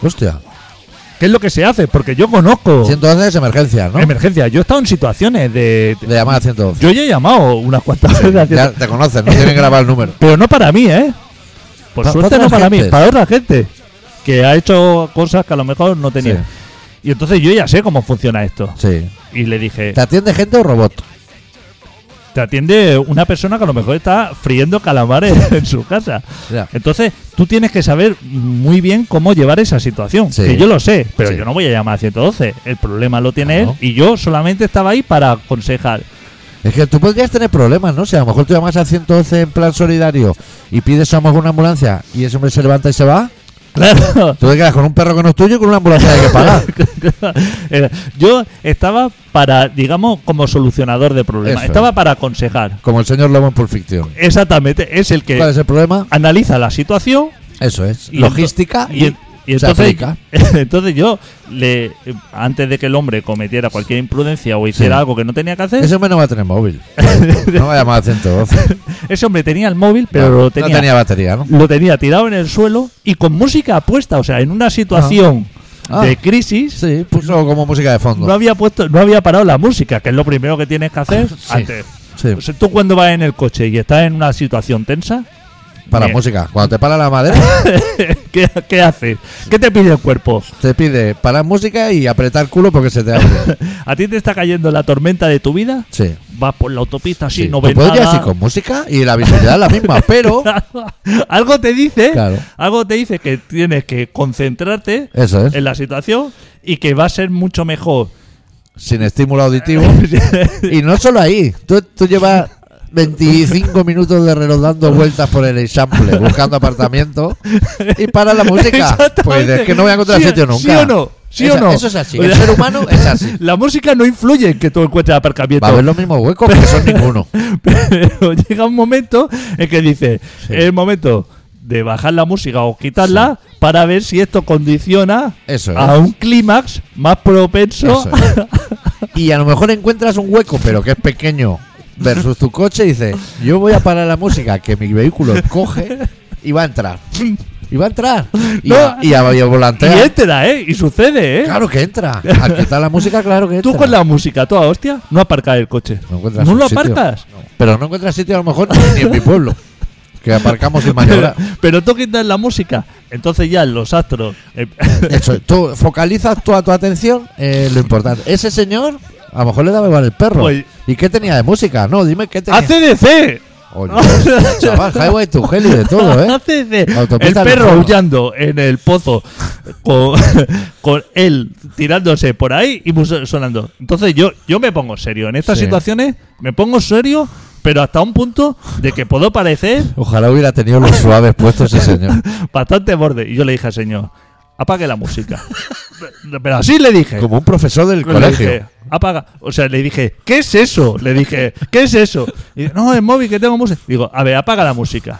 [SPEAKER 1] Hostia.
[SPEAKER 2] que es lo que se hace, porque yo conozco
[SPEAKER 1] 112 es emergencia, ¿no?
[SPEAKER 2] emergencias, yo he estado en situaciones de...
[SPEAKER 1] De llamar a 112.
[SPEAKER 2] Yo ya he llamado unas cuantas veces. al
[SPEAKER 1] Ya
[SPEAKER 2] 112,
[SPEAKER 1] te conocen, no tienen grabado el número.
[SPEAKER 2] Pero no para mí, ¿eh? Por
[SPEAKER 1] Pa-
[SPEAKER 2] suerte
[SPEAKER 1] para
[SPEAKER 2] no
[SPEAKER 1] otra
[SPEAKER 2] para mí,
[SPEAKER 1] gente.
[SPEAKER 2] para otra gente. Que ha hecho cosas que a lo mejor no
[SPEAKER 1] Sí.
[SPEAKER 2] tenía. Y entonces yo ya sé cómo funciona esto.
[SPEAKER 1] sí.
[SPEAKER 2] Y le dije,
[SPEAKER 1] ¿Te atiende gente o robot?
[SPEAKER 2] te atiende una persona que a lo mejor está friendo calamares en su casa.
[SPEAKER 1] Ya.
[SPEAKER 2] Entonces tú tienes que saber muy bien cómo llevar esa situación.
[SPEAKER 1] Sí.
[SPEAKER 2] Que yo lo sé, pero
[SPEAKER 1] Sí.
[SPEAKER 2] yo no voy a llamar a 112. El problema lo tiene
[SPEAKER 1] Claro.
[SPEAKER 2] él y yo solamente estaba ahí para aconsejar.
[SPEAKER 1] Es que tú podrías tener problemas, ¿no? Si a lo mejor tú llamas al 112 en plan solidario y pides a lo mejor una ambulancia y ese hombre se levanta y se va,
[SPEAKER 2] Claro.
[SPEAKER 1] tú te quedas con un perro que no es tuyo y con una ambulancia que hay que pagar.
[SPEAKER 2] Era- Eh, yo estaba para, digamos, como solucionador de problemas.
[SPEAKER 1] Eso
[SPEAKER 2] estaba
[SPEAKER 1] es.
[SPEAKER 2] para aconsejar.
[SPEAKER 1] Como el señor Lobo en Pulp Fiction.
[SPEAKER 2] Exactamente, es el que
[SPEAKER 1] Pues ¿Cuál es el problema?
[SPEAKER 2] analiza la situación
[SPEAKER 1] Eso es.
[SPEAKER 2] Eh, Y
[SPEAKER 1] Logística
[SPEAKER 2] y,
[SPEAKER 1] y,
[SPEAKER 2] en- Y
[SPEAKER 1] Se
[SPEAKER 2] entonces,
[SPEAKER 1] aplica.
[SPEAKER 2] entonces yo, le, eh, antes de que el hombre cometiera cualquier imprudencia o hiciera
[SPEAKER 1] Sí.
[SPEAKER 2] algo que no tenía que hacer,
[SPEAKER 1] Ese hombre no va a tener móvil. No va a llamar a 112.
[SPEAKER 2] ese hombre tenía el móvil, pero
[SPEAKER 1] no,
[SPEAKER 2] lo
[SPEAKER 1] no
[SPEAKER 2] tenía,
[SPEAKER 1] tenía batería, ¿no?
[SPEAKER 2] lo tenía tirado en el suelo y con música puesta. O sea, en una situación
[SPEAKER 1] Ah.
[SPEAKER 2] de crisis,
[SPEAKER 1] Sí, puso como música de
[SPEAKER 2] no
[SPEAKER 1] fondo.
[SPEAKER 2] había puesto, no había parado la música, que es lo primero que tienes que hacer
[SPEAKER 1] Sí.
[SPEAKER 2] antes. Pues
[SPEAKER 1] Sí,
[SPEAKER 2] O sea, tú cuando vas en el coche y estás en una situación tensa,
[SPEAKER 1] para
[SPEAKER 2] Bien.
[SPEAKER 1] música. Cuando te para la madera,
[SPEAKER 2] ¿qué, qué haces? ¿Qué te pide el cuerpo?
[SPEAKER 1] te pide parar música y apretar culo porque se te abre.
[SPEAKER 2] ¿A ti te está cayendo la tormenta de tu vida?
[SPEAKER 1] Sí.
[SPEAKER 2] Vas por la autopista así,
[SPEAKER 1] sí.
[SPEAKER 2] no
[SPEAKER 1] Tú
[SPEAKER 2] ves
[SPEAKER 1] puedes ir
[SPEAKER 2] nada.
[SPEAKER 1] así con música y la visibilidad es la misma, pero.
[SPEAKER 2] algo te dice,
[SPEAKER 1] Claro.
[SPEAKER 2] algo te dice que tienes que concentrarte
[SPEAKER 1] Eso es.
[SPEAKER 2] en la situación y que va a ser mucho mejor.
[SPEAKER 1] Sin estímulo auditivo. Y no solo ahí. Tú, tú llevas 25 minutos de reloj dando vueltas por el Eixample, buscando apartamento. Y para la música.
[SPEAKER 2] Exactamente.
[SPEAKER 1] Pues es que no voy a encontrar
[SPEAKER 2] Sí,
[SPEAKER 1] sitio
[SPEAKER 2] sí
[SPEAKER 1] nunca.
[SPEAKER 2] o no, sí
[SPEAKER 1] Esa-
[SPEAKER 2] o no.
[SPEAKER 1] Eso es así. El ser humano es así.
[SPEAKER 2] La música no influye en que tú encuentres
[SPEAKER 1] Va a haber
[SPEAKER 2] aparcamiento.
[SPEAKER 1] los mismos huecos, pero son ninguno.
[SPEAKER 2] Pero llega un momento en que dices,
[SPEAKER 1] Sí.
[SPEAKER 2] es el momento de bajar la música o quitarla para ver si esto condiciona
[SPEAKER 1] Eso es.
[SPEAKER 2] a un clímax más propenso
[SPEAKER 1] Eso es. Y a lo mejor encuentras un hueco, pero que es pequeño, versus tu coche, y dices, yo voy a parar la música que mi vehículo coge y va a entrar. Y va a entrar. Y,
[SPEAKER 2] No.
[SPEAKER 1] a, y a- y a
[SPEAKER 2] Y
[SPEAKER 1] volantea.
[SPEAKER 2] entra, ¿eh? Y sucede, ¿eh?
[SPEAKER 1] Claro que entra. Al quitar la música, claro que entra.
[SPEAKER 2] Tú con la música toda hostia no aparcas el coche.
[SPEAKER 1] No encuentras
[SPEAKER 2] lo
[SPEAKER 1] un sitio.
[SPEAKER 2] aparcas.
[SPEAKER 1] Pero no encuentras sitio a lo mejor ni en mi pueblo. Que aparcamos sin
[SPEAKER 2] Pero,
[SPEAKER 1] maniobra.
[SPEAKER 2] pero tú quitas la música. Entonces ya en los astros. eh,
[SPEAKER 1] Eso, es. tú focalizas toda tu atención en lo importante. Ese señor, a lo mejor le daba igual el perro.
[SPEAKER 2] Pues-
[SPEAKER 1] ¿Y qué tenía de música? No, dime qué tenía.
[SPEAKER 2] ¡ACDC!
[SPEAKER 1] Oye, chaval, Highway to Hell y de todo, ¿eh?
[SPEAKER 2] ¡ACDC! El
[SPEAKER 1] Autopista al
[SPEAKER 2] perro
[SPEAKER 1] infierno.
[SPEAKER 2] aullando en el pozo con, con él tirándose por ahí y mus- sonando. Entonces yo, yo me pongo serio. En estas
[SPEAKER 1] Sí.
[SPEAKER 2] situaciones me pongo serio, pero hasta un punto de que puedo parecer
[SPEAKER 1] Ojalá hubiera tenido los suaves puestos ese señor.
[SPEAKER 2] bastante borde. Y yo le dije al señor, apague la música. Pero así le dije.
[SPEAKER 1] Como un profesor del
[SPEAKER 2] Le dije,
[SPEAKER 1] colegio.
[SPEAKER 2] apaga. O sea, le dije, ¿qué es eso? Le dije, ¿qué es eso? Y dice, no, el móvil que tengo música. Digo, a ver, apaga la música.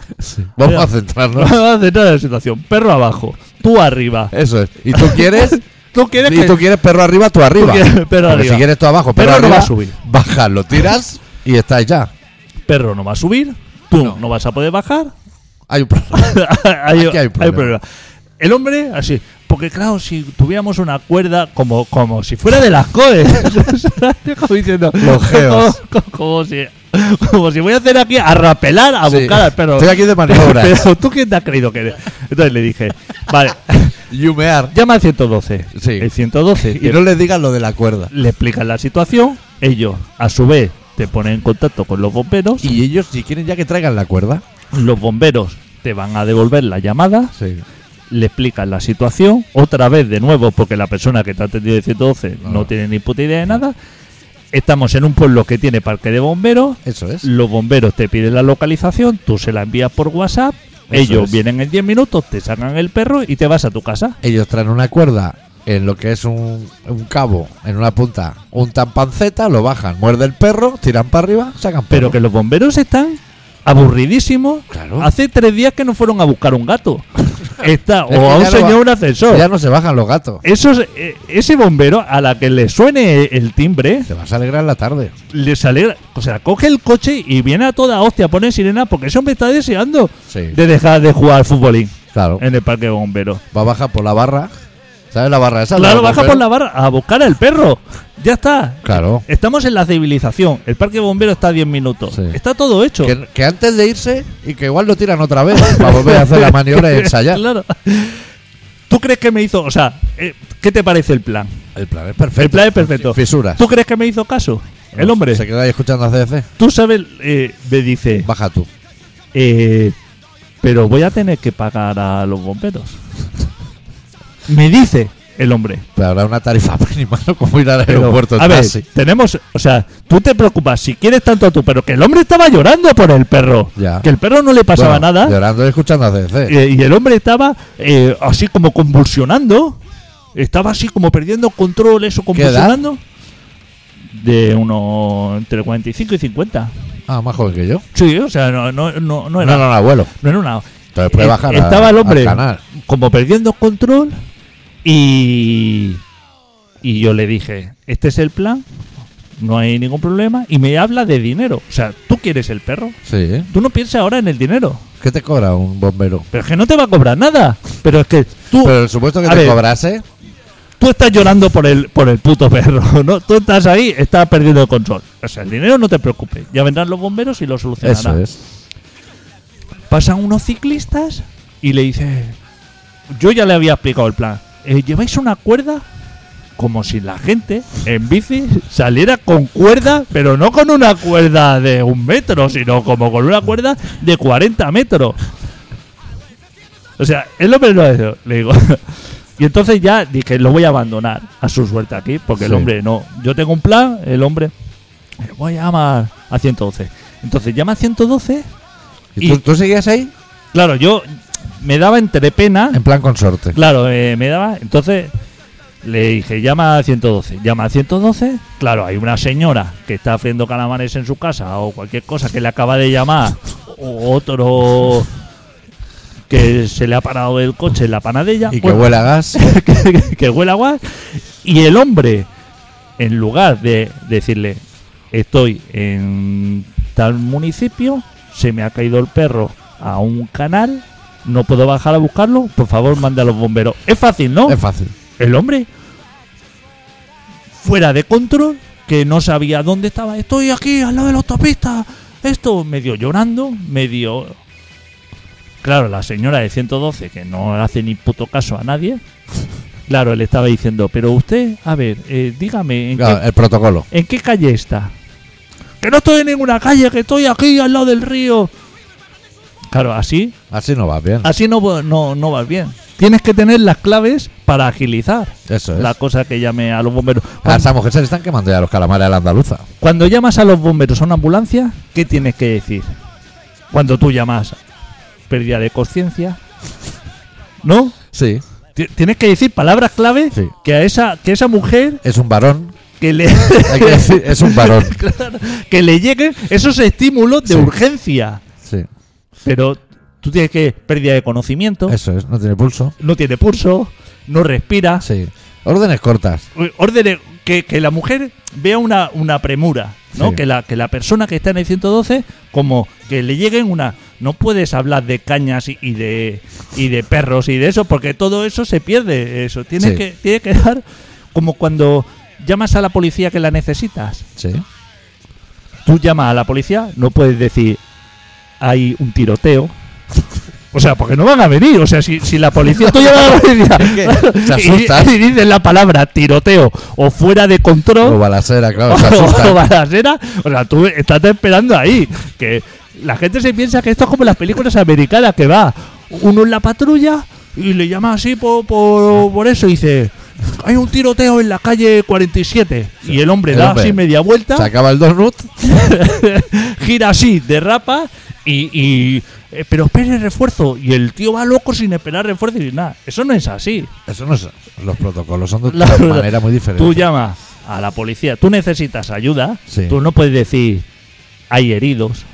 [SPEAKER 1] Vamos
[SPEAKER 2] Mira.
[SPEAKER 1] a centrarnos.
[SPEAKER 2] Vamos a centrar en la situación. Perro abajo, tú arriba.
[SPEAKER 1] Eso es. ¿Y tú quieres?
[SPEAKER 2] ¿Tú quieres
[SPEAKER 1] Y
[SPEAKER 2] que
[SPEAKER 1] tú quieres perro arriba, tú arriba.
[SPEAKER 2] quieres perro
[SPEAKER 1] Porque
[SPEAKER 2] arriba.
[SPEAKER 1] si quieres tú abajo, perro,
[SPEAKER 2] Perro no
[SPEAKER 1] arriba,
[SPEAKER 2] va a subir.
[SPEAKER 1] bajas, lo tiras y estáis ya.
[SPEAKER 2] perro no va a subir? Tú no, vas a poder bajar.
[SPEAKER 1] Hay un problema.
[SPEAKER 2] hay,
[SPEAKER 1] Aquí hay un
[SPEAKER 2] hay
[SPEAKER 1] problema.
[SPEAKER 2] problema. El hombre, así. Porque claro, si tuviéramos una cuerda como, como si fuera de las COE. como diciendo,
[SPEAKER 1] Los geos.
[SPEAKER 2] Como, como si, como si voy a hacer aquí a rapelar, a
[SPEAKER 1] Sí.
[SPEAKER 2] buscar al perro.
[SPEAKER 1] Estoy aquí de maniobra.
[SPEAKER 2] Pero tú quién te has creído que eres. Entonces le dije, vale,
[SPEAKER 1] Y humear.
[SPEAKER 2] llama al 112.
[SPEAKER 1] Sí.
[SPEAKER 2] El 112
[SPEAKER 1] Y
[SPEAKER 2] te-
[SPEAKER 1] no le digas lo de la cuerda.
[SPEAKER 2] le explican la situación, ellos a su vez te ponen en contacto con los bomberos,
[SPEAKER 1] Y ellos, si quieren ya que traigan la cuerda.
[SPEAKER 2] los bomberos te van a devolver la llamada,
[SPEAKER 1] Sí.
[SPEAKER 2] le explican la situación, otra vez de nuevo, porque la persona que te ha atendido de 112 no,
[SPEAKER 1] No.
[SPEAKER 2] tiene ni puta idea de nada. Estamos en un pueblo que tiene parque de bomberos,
[SPEAKER 1] Eso es.
[SPEAKER 2] los bomberos te piden la localización, tú se la envías por WhatsApp,
[SPEAKER 1] Eso
[SPEAKER 2] ellos
[SPEAKER 1] es.
[SPEAKER 2] vienen en 10 minutos, te sacan el perro y te vas a tu casa.
[SPEAKER 1] Ellos traen una cuerda en lo que es un, un cabo, en una punta, un tampanceta, lo bajan, muerde el perro, tiran para arriba, sacan
[SPEAKER 2] Pero
[SPEAKER 1] perro.
[SPEAKER 2] que los bomberos están aburridísimos.
[SPEAKER 1] Claro.
[SPEAKER 2] Hace tres días que no fueron a buscar un gato. Está,
[SPEAKER 1] Es que
[SPEAKER 2] o a un
[SPEAKER 1] ya no
[SPEAKER 2] señor
[SPEAKER 1] va-
[SPEAKER 2] un ascensor.
[SPEAKER 1] ya no se bajan los gatos.
[SPEAKER 2] Esos, eh, ese bombero, a la que le suene el timbre,
[SPEAKER 1] Te vas a alegrar la tarde.
[SPEAKER 2] le sale. O sea, coge el coche y viene a toda hostia, pone sirena, porque ese hombre está deseando
[SPEAKER 1] Sí.
[SPEAKER 2] de dejar de jugar al futbolín
[SPEAKER 1] Claro.
[SPEAKER 2] en el parque de bomberos.
[SPEAKER 1] Va a bajar por la barra. ¿Sabes la barra esa?
[SPEAKER 2] Claro,
[SPEAKER 1] La
[SPEAKER 2] baja
[SPEAKER 1] bombero.
[SPEAKER 2] por la barra a buscar al perro. Ya está.
[SPEAKER 1] Claro.
[SPEAKER 2] Estamos en la civilización. El parque de bomberos está a 10 minutos.
[SPEAKER 1] Sí.
[SPEAKER 2] Está todo hecho.
[SPEAKER 1] Que, que antes de irse y que igual lo tiran otra vez para volver a hacer la maniobra y ensayar.
[SPEAKER 2] Claro. ¿Tú crees que me hizo.? O sea, eh, ¿qué te parece el plan?
[SPEAKER 1] El plan es perfecto.
[SPEAKER 2] El plan es perfecto.
[SPEAKER 1] Fisuras.
[SPEAKER 2] ¿Tú crees que me hizo caso? El hombre.
[SPEAKER 1] Se queda ahí escuchando a CDC.
[SPEAKER 2] Tú sabes, eh, me dice.
[SPEAKER 1] Baja tú.
[SPEAKER 2] eh, pero voy a tener que pagar a los bomberos. Me dice el hombre.
[SPEAKER 1] Pero habrá una tarifa mínima, ¿no? Como ir al
[SPEAKER 2] Pero,
[SPEAKER 1] aeropuerto. en
[SPEAKER 2] a ver,
[SPEAKER 1] taxi.
[SPEAKER 2] tenemos, o sea, tú te preocupas si quieres tanto a tu perro, que el hombre estaba llorando por el perro,
[SPEAKER 1] Ya.
[SPEAKER 2] que el perro no le pasaba
[SPEAKER 1] Bueno,
[SPEAKER 2] nada,
[SPEAKER 1] Llorando y escuchando a CDC.
[SPEAKER 2] Eh, y el hombre estaba eh, así como convulsionando. Estaba así como perdiendo control, eso convulsionando. De unos entre 45 y 50.
[SPEAKER 1] Ah, más joven que yo.
[SPEAKER 2] Sí, o sea, no, no, no, no
[SPEAKER 1] No,
[SPEAKER 2] era,
[SPEAKER 1] no, no, abuelo.
[SPEAKER 2] no era una.
[SPEAKER 1] Entonces puede
[SPEAKER 2] Eh,
[SPEAKER 1] bajar a-
[SPEAKER 2] estaba el hombre
[SPEAKER 1] al canal.
[SPEAKER 2] como perdiendo control y, y yo le dije, este es el plan, no hay ningún problema, y me habla de dinero. O sea, tú quieres el perro,
[SPEAKER 1] Sí, ¿eh?
[SPEAKER 2] tú no piensas ahora en el dinero,
[SPEAKER 1] ¿Qué te cobra un bombero?
[SPEAKER 2] pero es que no te va a cobrar nada, pero es que tú...
[SPEAKER 1] Pero el supuesto que
[SPEAKER 2] a
[SPEAKER 1] te
[SPEAKER 2] ver,
[SPEAKER 1] cobrase.
[SPEAKER 2] Tú estás llorando por el, por el puto perro, ¿no? Tú estás ahí, estás perdiendo el control. O sea, el dinero no te preocupes. Ya vendrán los bomberos y lo
[SPEAKER 1] Eso
[SPEAKER 2] solucionarán.
[SPEAKER 1] es.
[SPEAKER 2] Pasan unos ciclistas y le dice... Yo ya le había explicado el plan. Eh, ¿Lleváis una cuerda? Como si la gente en bici saliera con cuerda, pero no con una cuerda de un metro, sino como con una cuerda de 40 metros. O sea, es lo primero que le digo. Y entonces ya dije, lo voy a abandonar a su suerte aquí, porque el
[SPEAKER 1] Sí.
[SPEAKER 2] hombre no. Yo tengo un plan, el hombre. eh, Voy a llamar a 112. Entonces llama a 112.
[SPEAKER 1] ¿Y,
[SPEAKER 2] Y-
[SPEAKER 1] tú, tú seguías ahí?
[SPEAKER 2] Claro, yo me daba entre pena.
[SPEAKER 1] En plan consorte.
[SPEAKER 2] Claro, eh, me daba. Entonces le dije, llama a 112. Llama a 112. Claro, hay una señora que está friendo calamares en su casa o cualquier cosa que le acaba de llamar. O otro que se le ha parado el coche en la pues, panadella.
[SPEAKER 1] Y que
[SPEAKER 2] Bueno,
[SPEAKER 1] huele a gas.
[SPEAKER 2] que, que huele a guas. Y el hombre, en lugar de decirle, estoy en tal municipio, se me ha caído el perro a un canal, no puedo bajar a buscarlo, por favor manda a los bomberos. Es fácil, ¿no?
[SPEAKER 1] Es fácil.
[SPEAKER 2] El hombre, fuera de control, que no sabía dónde estaba, estoy aquí al lado de la autopista, esto, medio llorando, medio... Claro, la señora de 112, que no hace ni puto caso a nadie, claro, le estaba diciendo, pero usted, a ver, eh, dígame, ¿en,
[SPEAKER 1] Claro, el protocolo.
[SPEAKER 2] qué, en qué calle está? Que no estoy en ninguna calle, que estoy aquí al lado del río. Claro, así,
[SPEAKER 1] Así no va bien.
[SPEAKER 2] así no, va- no, no vas bien. Tienes que tener las claves para agilizar
[SPEAKER 1] Eso es.
[SPEAKER 2] la cosa que llame a los bomberos.
[SPEAKER 1] A
[SPEAKER 2] Cuando,
[SPEAKER 1] esa mujer se le están quemando ya los calamares a la andaluza.
[SPEAKER 2] cuando llamas a los bomberos a una ambulancia, ¿qué tienes que decir? Cuando tú llamas, pérdida de conciencia. ¿No?
[SPEAKER 1] Sí.
[SPEAKER 2] Ti- Tienes que decir palabras clave
[SPEAKER 1] Sí.
[SPEAKER 2] que a esa que esa mujer
[SPEAKER 1] Es un varón.
[SPEAKER 2] que le
[SPEAKER 1] Hay que decir, es un varón.
[SPEAKER 2] Claro, que le lleguen esos estímulos de
[SPEAKER 1] Sí.
[SPEAKER 2] urgencia.
[SPEAKER 1] Sí.
[SPEAKER 2] Pero tú tienes que pérdida de conocimiento,
[SPEAKER 1] Eso es. No tiene pulso.
[SPEAKER 2] no tiene pulso, no respira,
[SPEAKER 1] Sí. Órdenes cortas.
[SPEAKER 2] órdenes que, que la mujer vea una, una premura, ¿no?
[SPEAKER 1] Sí.
[SPEAKER 2] Que, la, que la persona que está en el 112, como que le lleguen una. No puedes hablar de cañas y, y de y de perros y de eso, porque todo eso se pierde. Eso tienes
[SPEAKER 1] Sí.
[SPEAKER 2] que tiene que dar como cuando llamas a la policía que la necesitas.
[SPEAKER 1] Sí.
[SPEAKER 2] Tú llamas a la policía, no puedes decir hay un tiroteo. O sea, porque no van a venir. O sea, si, si la policía. Tú llamas a la policía.
[SPEAKER 1] que se
[SPEAKER 2] y-
[SPEAKER 1] asustas.
[SPEAKER 2] Y, dices la palabra tiroteo o fuera de control.
[SPEAKER 1] O balacera, claro. Se
[SPEAKER 2] o
[SPEAKER 1] asustan.
[SPEAKER 2] balacera. O sea, tú estás esperando ahí. Que la gente se piensa que esto es como las películas americanas que va uno en la patrulla y le llama así por, por, por eso y dice. Hay un tiroteo en la calle 47 y el hombre
[SPEAKER 1] El
[SPEAKER 2] da
[SPEAKER 1] hombre
[SPEAKER 2] así media vuelta,
[SPEAKER 1] Se acaba el donut.
[SPEAKER 2] gira así, derrapa y, y eh, pero espere refuerzo y el tío va loco sin esperar refuerzo y nada. Eso no es así.
[SPEAKER 1] Eso no es. Los protocolos son de
[SPEAKER 2] La-
[SPEAKER 1] una manera muy diferente.
[SPEAKER 2] Tú llamas a la policía, tú necesitas ayuda,
[SPEAKER 1] Sí.
[SPEAKER 2] tú no puedes decir hay heridos.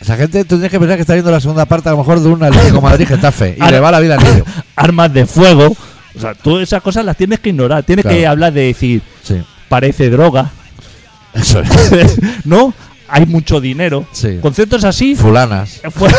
[SPEAKER 1] Esa gente, tú tienes que pensar que está viendo la segunda parte a lo mejor de un Atlético Madrid Getafe. Y
[SPEAKER 2] Ahora-
[SPEAKER 1] le va la vida al niño.
[SPEAKER 2] armas de fuego. O sea, tú esas cosas las tienes que ignorar. Tienes
[SPEAKER 1] Claro.
[SPEAKER 2] que hablar de decir,
[SPEAKER 1] Sí.
[SPEAKER 2] parece droga,
[SPEAKER 1] Eso es.
[SPEAKER 2] ¿no? Hay mucho dinero.
[SPEAKER 1] Sí.
[SPEAKER 2] Conceptos así.
[SPEAKER 1] Fulanas.
[SPEAKER 2] pues-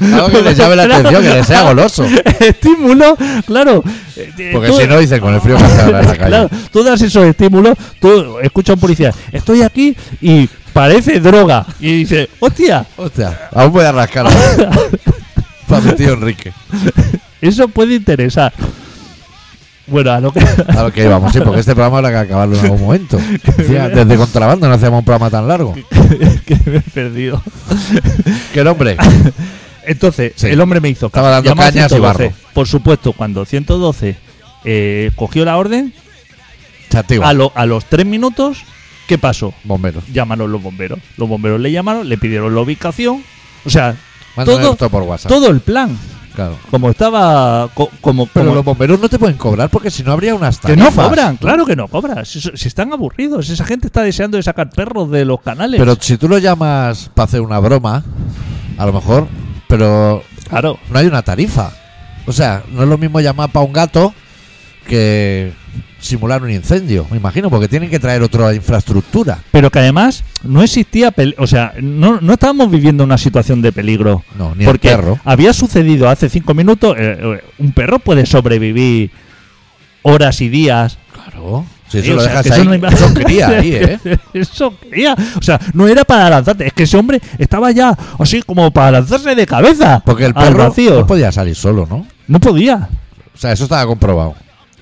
[SPEAKER 1] Algo que les llame la
[SPEAKER 2] Claro,
[SPEAKER 1] atención, que les sea goloso.
[SPEAKER 2] Estímulo, claro. Eh,
[SPEAKER 1] Porque
[SPEAKER 2] tú-
[SPEAKER 1] si no, dicen con el frío que hace ahora en la calle.
[SPEAKER 2] Claro, tú das esos estímulos, tú escuchas a un policía, estoy aquí y parece droga. Y dice, hostia,
[SPEAKER 1] Hostia, aún voy a rascar. ahora. Para mi tío Enrique.
[SPEAKER 2] eso puede interesar. Bueno, a lo que.
[SPEAKER 1] A lo que íbamos, sí, porque este programa habrá que acabarlo en algún momento. Decía, desde contrabando no hacíamos un programa tan largo.
[SPEAKER 2] que me he perdido.
[SPEAKER 1] Que el hombre.
[SPEAKER 2] Entonces,
[SPEAKER 1] Sí.
[SPEAKER 2] el hombre me hizo
[SPEAKER 1] Estaba dando
[SPEAKER 2] Llamó a
[SPEAKER 1] cañas y
[SPEAKER 2] 112.
[SPEAKER 1] barro.
[SPEAKER 2] Por supuesto, cuando 112 eh, cogió la orden,
[SPEAKER 1] Chativo.
[SPEAKER 2] a, lo- a los tres minutos, ¿qué pasó?
[SPEAKER 1] Bombero.
[SPEAKER 2] Llamaron los bomberos. Los bomberos le llamaron, le pidieron la ubicación. O sea,
[SPEAKER 1] Mándame
[SPEAKER 2] Todo-
[SPEAKER 1] esto por WhatsApp.
[SPEAKER 2] todo el plan.
[SPEAKER 1] Claro.
[SPEAKER 2] Como estaba. co- como,
[SPEAKER 1] Pero
[SPEAKER 2] como-
[SPEAKER 1] los bomberos no te pueden cobrar porque si no habría unas
[SPEAKER 2] que
[SPEAKER 1] tarifas.
[SPEAKER 2] no cobran, claro que no cobran. Si, si están aburridos, esa gente está deseando de sacar perros de los canales.
[SPEAKER 1] Pero si tú lo llamas para hacer una broma, a lo mejor, pero
[SPEAKER 2] claro.
[SPEAKER 1] no hay una tarifa. O sea, no es lo mismo llamar para un gato que simular un incendio, me imagino, porque tienen que traer otra infraestructura.
[SPEAKER 2] Pero que además no existía, pel- o sea, no, no estábamos viviendo una situación de peligro.
[SPEAKER 1] No, ni el
[SPEAKER 2] porque
[SPEAKER 1] perro.
[SPEAKER 2] había sucedido hace cinco minutos, eh, eh, un perro puede sobrevivir horas y días.
[SPEAKER 1] Claro. Si eso
[SPEAKER 2] Sí, o
[SPEAKER 1] lo
[SPEAKER 2] sea,
[SPEAKER 1] dejas
[SPEAKER 2] es que
[SPEAKER 1] ahí,
[SPEAKER 2] no hay más-
[SPEAKER 1] eso cría ahí, ¿eh?
[SPEAKER 2] Eso cría. O sea, no era para lanzarte, es que ese hombre estaba ya así como para lanzarse de cabeza.
[SPEAKER 1] Porque el
[SPEAKER 2] al
[SPEAKER 1] perro
[SPEAKER 2] vacío.
[SPEAKER 1] no podía salir solo, ¿no?
[SPEAKER 2] No podía.
[SPEAKER 1] O sea, eso estaba comprobado.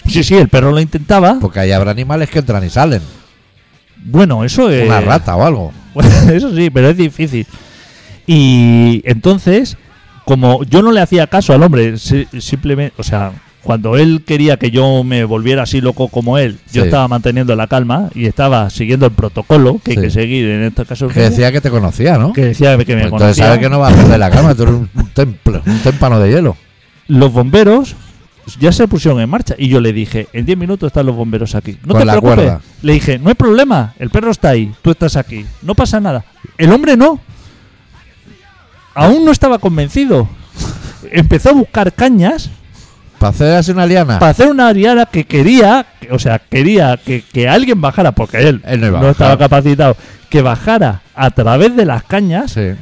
[SPEAKER 2] Sí, sí, el perro lo intentaba.
[SPEAKER 1] Porque ahí habrá animales que entran y salen.
[SPEAKER 2] Bueno, eso es.
[SPEAKER 1] Una rata o algo.
[SPEAKER 2] Bueno, eso sí, pero es difícil. Y entonces, como yo no le hacía caso al hombre, si- simplemente, o sea, cuando él quería que yo me volviera así loco como él, yo
[SPEAKER 1] Sí.
[SPEAKER 2] estaba manteniendo la calma y estaba siguiendo el protocolo que hay
[SPEAKER 1] Sí.
[SPEAKER 2] que seguir en este estos casos.
[SPEAKER 1] Que decía que te conocía, ¿no?
[SPEAKER 2] que decía que me
[SPEAKER 1] Pues Entonces
[SPEAKER 2] conocía.
[SPEAKER 1] sabes que no vas a perder la cama, tú eres un, un templo- un témpano de hielo.
[SPEAKER 2] Los bomberos ya se pusieron en marcha y yo le dije, en 10 minutos están los bomberos aquí. No
[SPEAKER 1] Con
[SPEAKER 2] te
[SPEAKER 1] la
[SPEAKER 2] preocupes.
[SPEAKER 1] cuerda.
[SPEAKER 2] Le dije, no hay problema, el perro está ahí, tú estás aquí, no pasa nada. El hombre no. Aún no estaba convencido. Empezó a buscar cañas
[SPEAKER 1] Para hacer así una liana.
[SPEAKER 2] para hacer una liana que quería, que- o sea, quería que, que alguien bajara, porque él,
[SPEAKER 1] Él no iba a
[SPEAKER 2] estaba
[SPEAKER 1] bajar.
[SPEAKER 2] capacitado, que bajara a través de las cañas
[SPEAKER 1] Sí.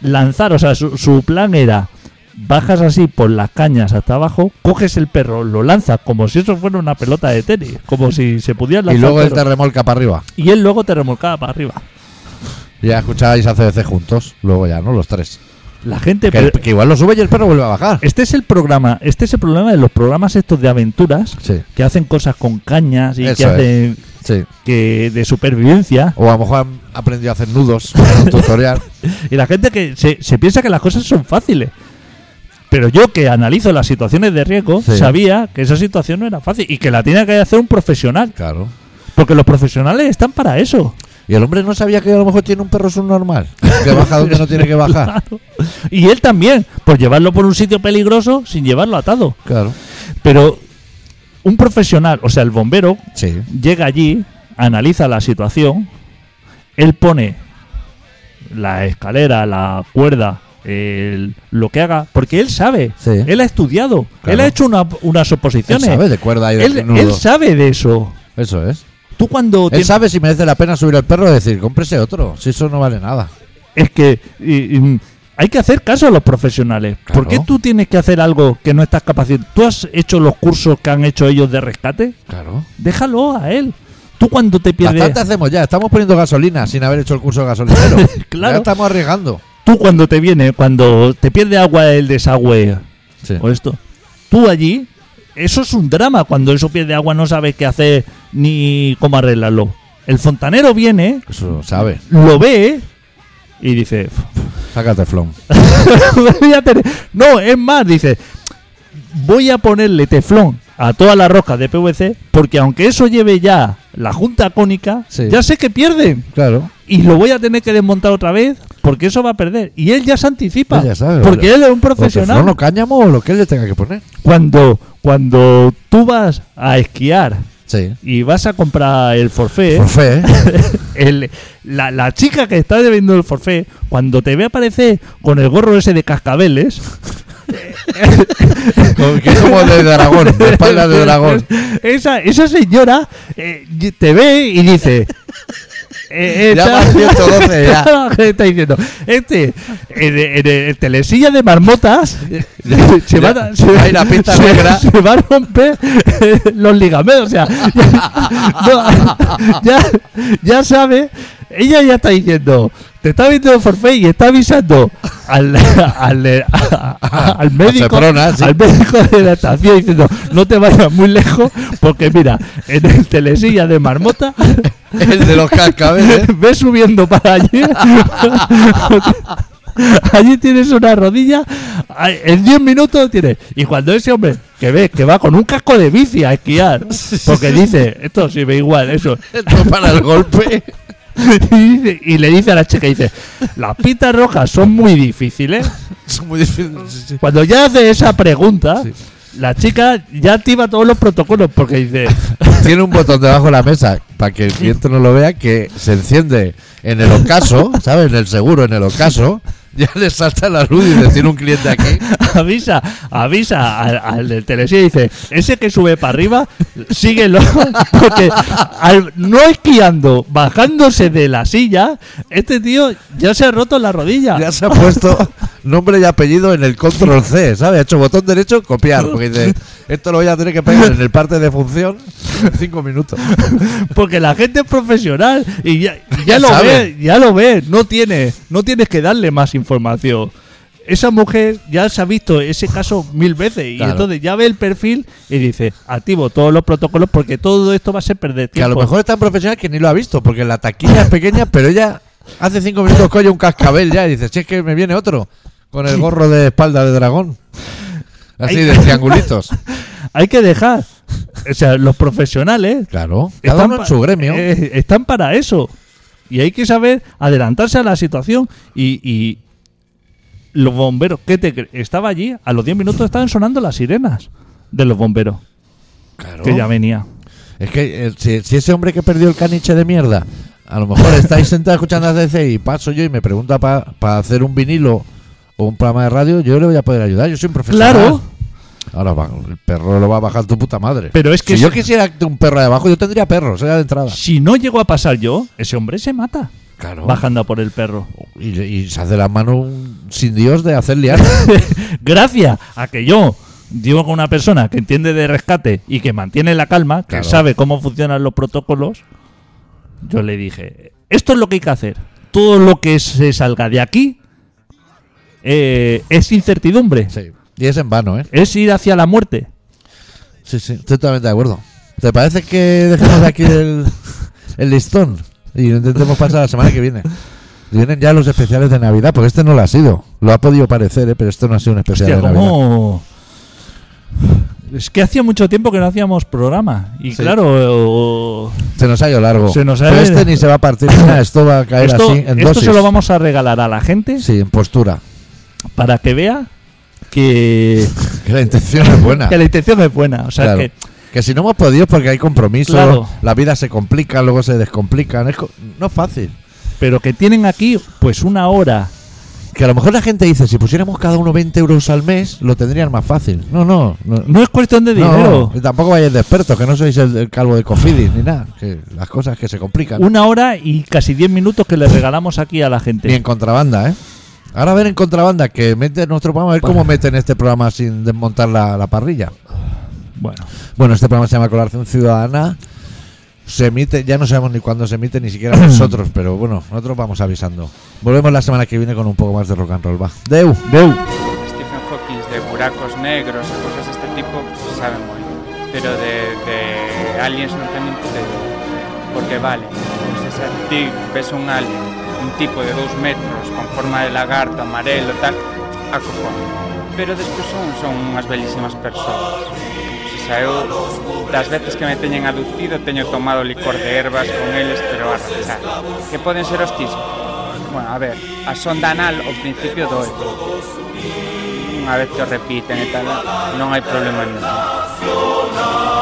[SPEAKER 2] lanzar, o sea, su, su plan era bajas así por las cañas hasta abajo, coges el perro, lo lanzas como si eso fuera una pelota de tenis, como si se pudiera
[SPEAKER 1] Y
[SPEAKER 2] lanzar.
[SPEAKER 1] luego él
[SPEAKER 2] pero-
[SPEAKER 1] te remolca para arriba.
[SPEAKER 2] y él luego te remolcaba para arriba.
[SPEAKER 1] Ya escuchabais a CDC juntos, luego ya, ¿no? Los tres.
[SPEAKER 2] La gente
[SPEAKER 1] Que, el-
[SPEAKER 2] pero-
[SPEAKER 1] que igual lo sube y el perro vuelve a bajar.
[SPEAKER 2] este es el programa, este es el problema de los programas estos de aventuras
[SPEAKER 1] Sí,
[SPEAKER 2] que hacen cosas con cañas y que
[SPEAKER 1] Eso es.
[SPEAKER 2] hacen
[SPEAKER 1] sí.
[SPEAKER 2] que de supervivencia
[SPEAKER 1] O a lo mejor han aprendido a hacer nudos en un tutorial.
[SPEAKER 2] y la gente que se, se piensa que las cosas son fáciles. Pero yo que analizo las situaciones de riesgo
[SPEAKER 1] Sí.
[SPEAKER 2] sabía que esa situación no era fácil y que la tenía que hacer un profesional.
[SPEAKER 1] Claro.
[SPEAKER 2] Porque los profesionales están para eso.
[SPEAKER 1] Y el hombre no sabía que a lo mejor tiene un perro subnormal. Que baja donde no tiene que bajar.
[SPEAKER 2] Claro. Y él también, por llevarlo por un sitio peligroso sin llevarlo atado.
[SPEAKER 1] Claro.
[SPEAKER 2] Pero un profesional, o sea, el bombero,
[SPEAKER 1] Sí.
[SPEAKER 2] llega allí, analiza la situación, él pone la escalera, la cuerda, el- lo que haga, porque él sabe,
[SPEAKER 1] Sí.
[SPEAKER 2] él ha estudiado,
[SPEAKER 1] Claro.
[SPEAKER 2] él ha hecho una- unas
[SPEAKER 1] Él
[SPEAKER 2] oposiciones.
[SPEAKER 1] sabe de cuerda y de
[SPEAKER 2] Él-
[SPEAKER 1] nudo.
[SPEAKER 2] él sabe de eso.
[SPEAKER 1] Eso es.
[SPEAKER 2] Tú cuando
[SPEAKER 1] Él
[SPEAKER 2] tienes-
[SPEAKER 1] sabe si merece la pena subir al perro y decir, cómprese otro. Si eso no vale nada.
[SPEAKER 2] es que y- y, hay que hacer caso a los profesionales.
[SPEAKER 1] Claro.
[SPEAKER 2] ¿Por qué tú tienes que hacer algo que no estás capacitado? ¿Tú has hecho los cursos que han hecho ellos de rescate?
[SPEAKER 1] Claro.
[SPEAKER 2] Déjalo a él. Tú cuando te pierdes,
[SPEAKER 1] Bastante hacemos ya. Estamos poniendo gasolina sin haber hecho el curso de gasolinero.
[SPEAKER 2] Claro.
[SPEAKER 1] Ya estamos arriesgando.
[SPEAKER 2] tú cuando te viene, cuando te pierde agua el desagüe
[SPEAKER 1] Sí.
[SPEAKER 2] o esto, tú allí, eso es un drama. Cuando eso pierde agua no sabes qué hacer ni cómo arreglarlo. El fontanero viene,
[SPEAKER 1] Eso sabe.
[SPEAKER 2] lo ve y dice,
[SPEAKER 1] Sácate flon.
[SPEAKER 2] Voy a tener- No, es más, dice, voy a ponerle teflón a todas las roscas de PVC porque aunque eso lleve ya la junta cónica,
[SPEAKER 1] Sí.
[SPEAKER 2] ya sé que pierden
[SPEAKER 1] Claro.
[SPEAKER 2] y lo voy a tener que desmontar otra vez porque eso va a perder. Y él ya se anticipa
[SPEAKER 1] Él ya sabe,
[SPEAKER 2] porque
[SPEAKER 1] vale.
[SPEAKER 2] él es un
[SPEAKER 1] O
[SPEAKER 2] profesional.
[SPEAKER 1] teflón o cáñamo o lo que él le tenga que poner.
[SPEAKER 2] Cuando, cuando tú vas a esquiar
[SPEAKER 1] Sí.
[SPEAKER 2] y vas a comprar el forfé,
[SPEAKER 1] Por fe, ¿eh?
[SPEAKER 2] el- la, la chica que está debiendo el forfé, cuando te ve aparecer con el gorro ese de cascabeles,
[SPEAKER 1] Como- que es como de dragón, de espalda de dragón.
[SPEAKER 2] Esa, esa señora eh, y- te ve y dice. eh,
[SPEAKER 1] Ya
[SPEAKER 2] esta-
[SPEAKER 1] va al 112 ya.
[SPEAKER 2] Claro, que está diciendo, este, en, en- en telesilla de marmotas, eh, se,
[SPEAKER 1] ya,
[SPEAKER 2] van a- se-
[SPEAKER 1] hay la pista
[SPEAKER 2] se-
[SPEAKER 1] negra.
[SPEAKER 2] se va a romper eh, los ligamentos. O sea, ya, no, ya, ya sabe, ella ya está diciendo, te está viendo el forfait y está avisando al, al, eh, a- a- al médico,
[SPEAKER 1] Seprona, sí.
[SPEAKER 2] al médico de la estación diciendo, no te vayas muy lejos, porque mira, en el telesilla de marmota
[SPEAKER 1] El de los cascabeles.
[SPEAKER 2] ves subiendo para allí. Allí tienes una rodilla, ay, en 10 minutos tienes. Y cuando ese hombre que ve que va con un casco de bici a esquiar, porque dice, esto sí me igual, eso.
[SPEAKER 1] Esto para el golpe.
[SPEAKER 2] Y, dice- y le dice a la chica, dice, las pistas rojas son muy difíciles.
[SPEAKER 1] Es muy difícil. sí, sí.
[SPEAKER 2] Cuando ya hace esa pregunta,
[SPEAKER 1] Sí.
[SPEAKER 2] la chica ya activa todos los protocolos, porque dice,
[SPEAKER 1] Tiene un botón debajo de la mesa para que el cliente no lo vea que se enciende en el ocaso, ¿sabes? En el seguro, en el ocaso. ya le salta la luz y decir un cliente aquí.
[SPEAKER 2] avisa, avisa al, al del telesí y dice, ese que sube para arriba, síguelo, porque al no esquiando, bajándose de la silla, este tío ya se ha roto la rodilla.
[SPEAKER 1] Ya se ha puesto nombre y apellido en el control C, ¿sabes? Ha hecho botón derecho, copiar. Porque dice, esto lo voy a tener que pegar en el parte de función en cinco minutos.
[SPEAKER 2] Porque la gente es profesional y ya, ya lo
[SPEAKER 1] Sabe.
[SPEAKER 2] ve, ya lo ve, no tiene, no tienes que darle más información. Esa mujer ya se ha visto ese caso mil veces y
[SPEAKER 1] Claro.
[SPEAKER 2] entonces ya ve el perfil y dice, activo todos los protocolos porque todo esto va a ser perder
[SPEAKER 1] Que
[SPEAKER 2] tiempo.
[SPEAKER 1] a lo mejor es tan profesional que ni lo ha visto, porque la taquilla es pequeña, pero ella hace cinco minutos coge un cascabel ya y dice, si es que me viene otro, con el gorro de espalda de dragón. Así
[SPEAKER 2] Ay.
[SPEAKER 1] de triangulitos.
[SPEAKER 2] Hay que dejar. O sea, los profesionales
[SPEAKER 1] Claro. Cada uno en
[SPEAKER 2] pa-
[SPEAKER 1] su gremio.
[SPEAKER 2] eh, están para eso. Y hay que saber adelantarse a la situación. Y, y los bomberos, ¿qué te cre- Estaba allí, a los 10 minutos estaban sonando las sirenas de los bomberos,
[SPEAKER 1] Claro.
[SPEAKER 2] que ya venía.
[SPEAKER 1] Es que eh, si, si ese hombre que perdió el caniche de mierda, a lo mejor estáis sentados escuchando a CC y paso yo y me pregunta para hacer un vinilo o un programa de radio, yo le voy a poder ayudar. Yo soy un profesional.
[SPEAKER 2] Claro.
[SPEAKER 1] Ahora va- el perro lo va a bajar tu puta madre.
[SPEAKER 2] Pero es que
[SPEAKER 1] si yo
[SPEAKER 2] si-
[SPEAKER 1] quisiera un perro de abajo, yo tendría perros, era de entrada.
[SPEAKER 2] Si no llegó a pasar yo, ese hombre se mata
[SPEAKER 1] Claro.
[SPEAKER 2] bajando a por el perro.
[SPEAKER 1] Y, y se hace la mano un- sin Dios de hacer liar.
[SPEAKER 2] Gracias a que yo digo con una persona que entiende de rescate y que mantiene la calma, que
[SPEAKER 1] Claro.
[SPEAKER 2] sabe cómo funcionan los protocolos, yo le dije, esto es lo que hay que hacer. Todo lo que se salga de aquí eh, es incertidumbre.
[SPEAKER 1] Sí. Y es en vano, ¿eh?
[SPEAKER 2] Es ir hacia la muerte.
[SPEAKER 1] Sí, sí, estoy totalmente de acuerdo. ¿Te parece que dejemos aquí el, el listón y lo intentemos pasar la semana que viene? Vienen ya los especiales de Navidad, porque este no lo ha sido. Lo ha podido parecer, ¿eh? pero esto no ha sido un especial
[SPEAKER 2] Hostia,
[SPEAKER 1] de Navidad.
[SPEAKER 2] cómo- Es que hacía mucho tiempo que no hacíamos programa. Y
[SPEAKER 1] Sí.
[SPEAKER 2] claro, o-
[SPEAKER 1] Se nos ha ido largo.
[SPEAKER 2] Se nos ha
[SPEAKER 1] pero
[SPEAKER 2] ido-
[SPEAKER 1] este ni se va a partir ni nada, esto va a caer
[SPEAKER 2] esto,
[SPEAKER 1] así en
[SPEAKER 2] esto
[SPEAKER 1] dosis.
[SPEAKER 2] se lo vamos a regalar a la gente
[SPEAKER 1] Sí, en postura.
[SPEAKER 2] para que vea que
[SPEAKER 1] Que la intención es buena.
[SPEAKER 2] Que la intención es buena. O sea,
[SPEAKER 1] Claro.
[SPEAKER 2] que
[SPEAKER 1] Que si no hemos podido es porque hay compromiso,
[SPEAKER 2] Claro.
[SPEAKER 1] la vida se complica, luego se descomplica. No es, co- no es fácil.
[SPEAKER 2] pero que tienen aquí pues una hora.
[SPEAKER 1] Que a lo mejor la gente dice, si pusiéramos cada uno 20 euros al mes, lo tendrían más fácil. No, no. no
[SPEAKER 2] No es cuestión de dinero.
[SPEAKER 1] No, y tampoco vayáis de expertos, que no sois el, el calvo de Cofidis ni nada. Que las cosas que se complican.
[SPEAKER 2] Una hora y casi 10 minutos que le regalamos aquí a la
[SPEAKER 1] Ni en
[SPEAKER 2] gente.
[SPEAKER 1] contrabanda, ¿eh? Ahora a ver en contrabanda, que mete nuestro programa, a ver cómo meten este programa sin desmontar la, la parrilla.
[SPEAKER 2] Bueno,
[SPEAKER 1] Bueno, este programa se llama Colaboración Ciudadana. Se emite, ya no sabemos ni cuándo se emite, ni siquiera nosotros, pero bueno, nosotros vamos avisando. Volvemos la semana que viene con un poco más de rock and roll, va. Deu.
[SPEAKER 2] Deu.
[SPEAKER 4] Stephen Hawking de buracos negros o cosas de este tipo saben muy bien. Pero de, de aliens no teñen puta idea. Porque vale, pues esa ti ves un alien, un tipo de dous metros con forma de lagarto, amarelo, tal, a cojón. Pero despois son, son unhas belísimas persoas. Se saeu das veces que me teñen aducido teño tomado licor de ervas con eles pero a rachar. Que poden ser hostis? Bueno, a ver, a sonda anal ao principio doe, unha vez que o repiten e tal, non hai problema nenhum.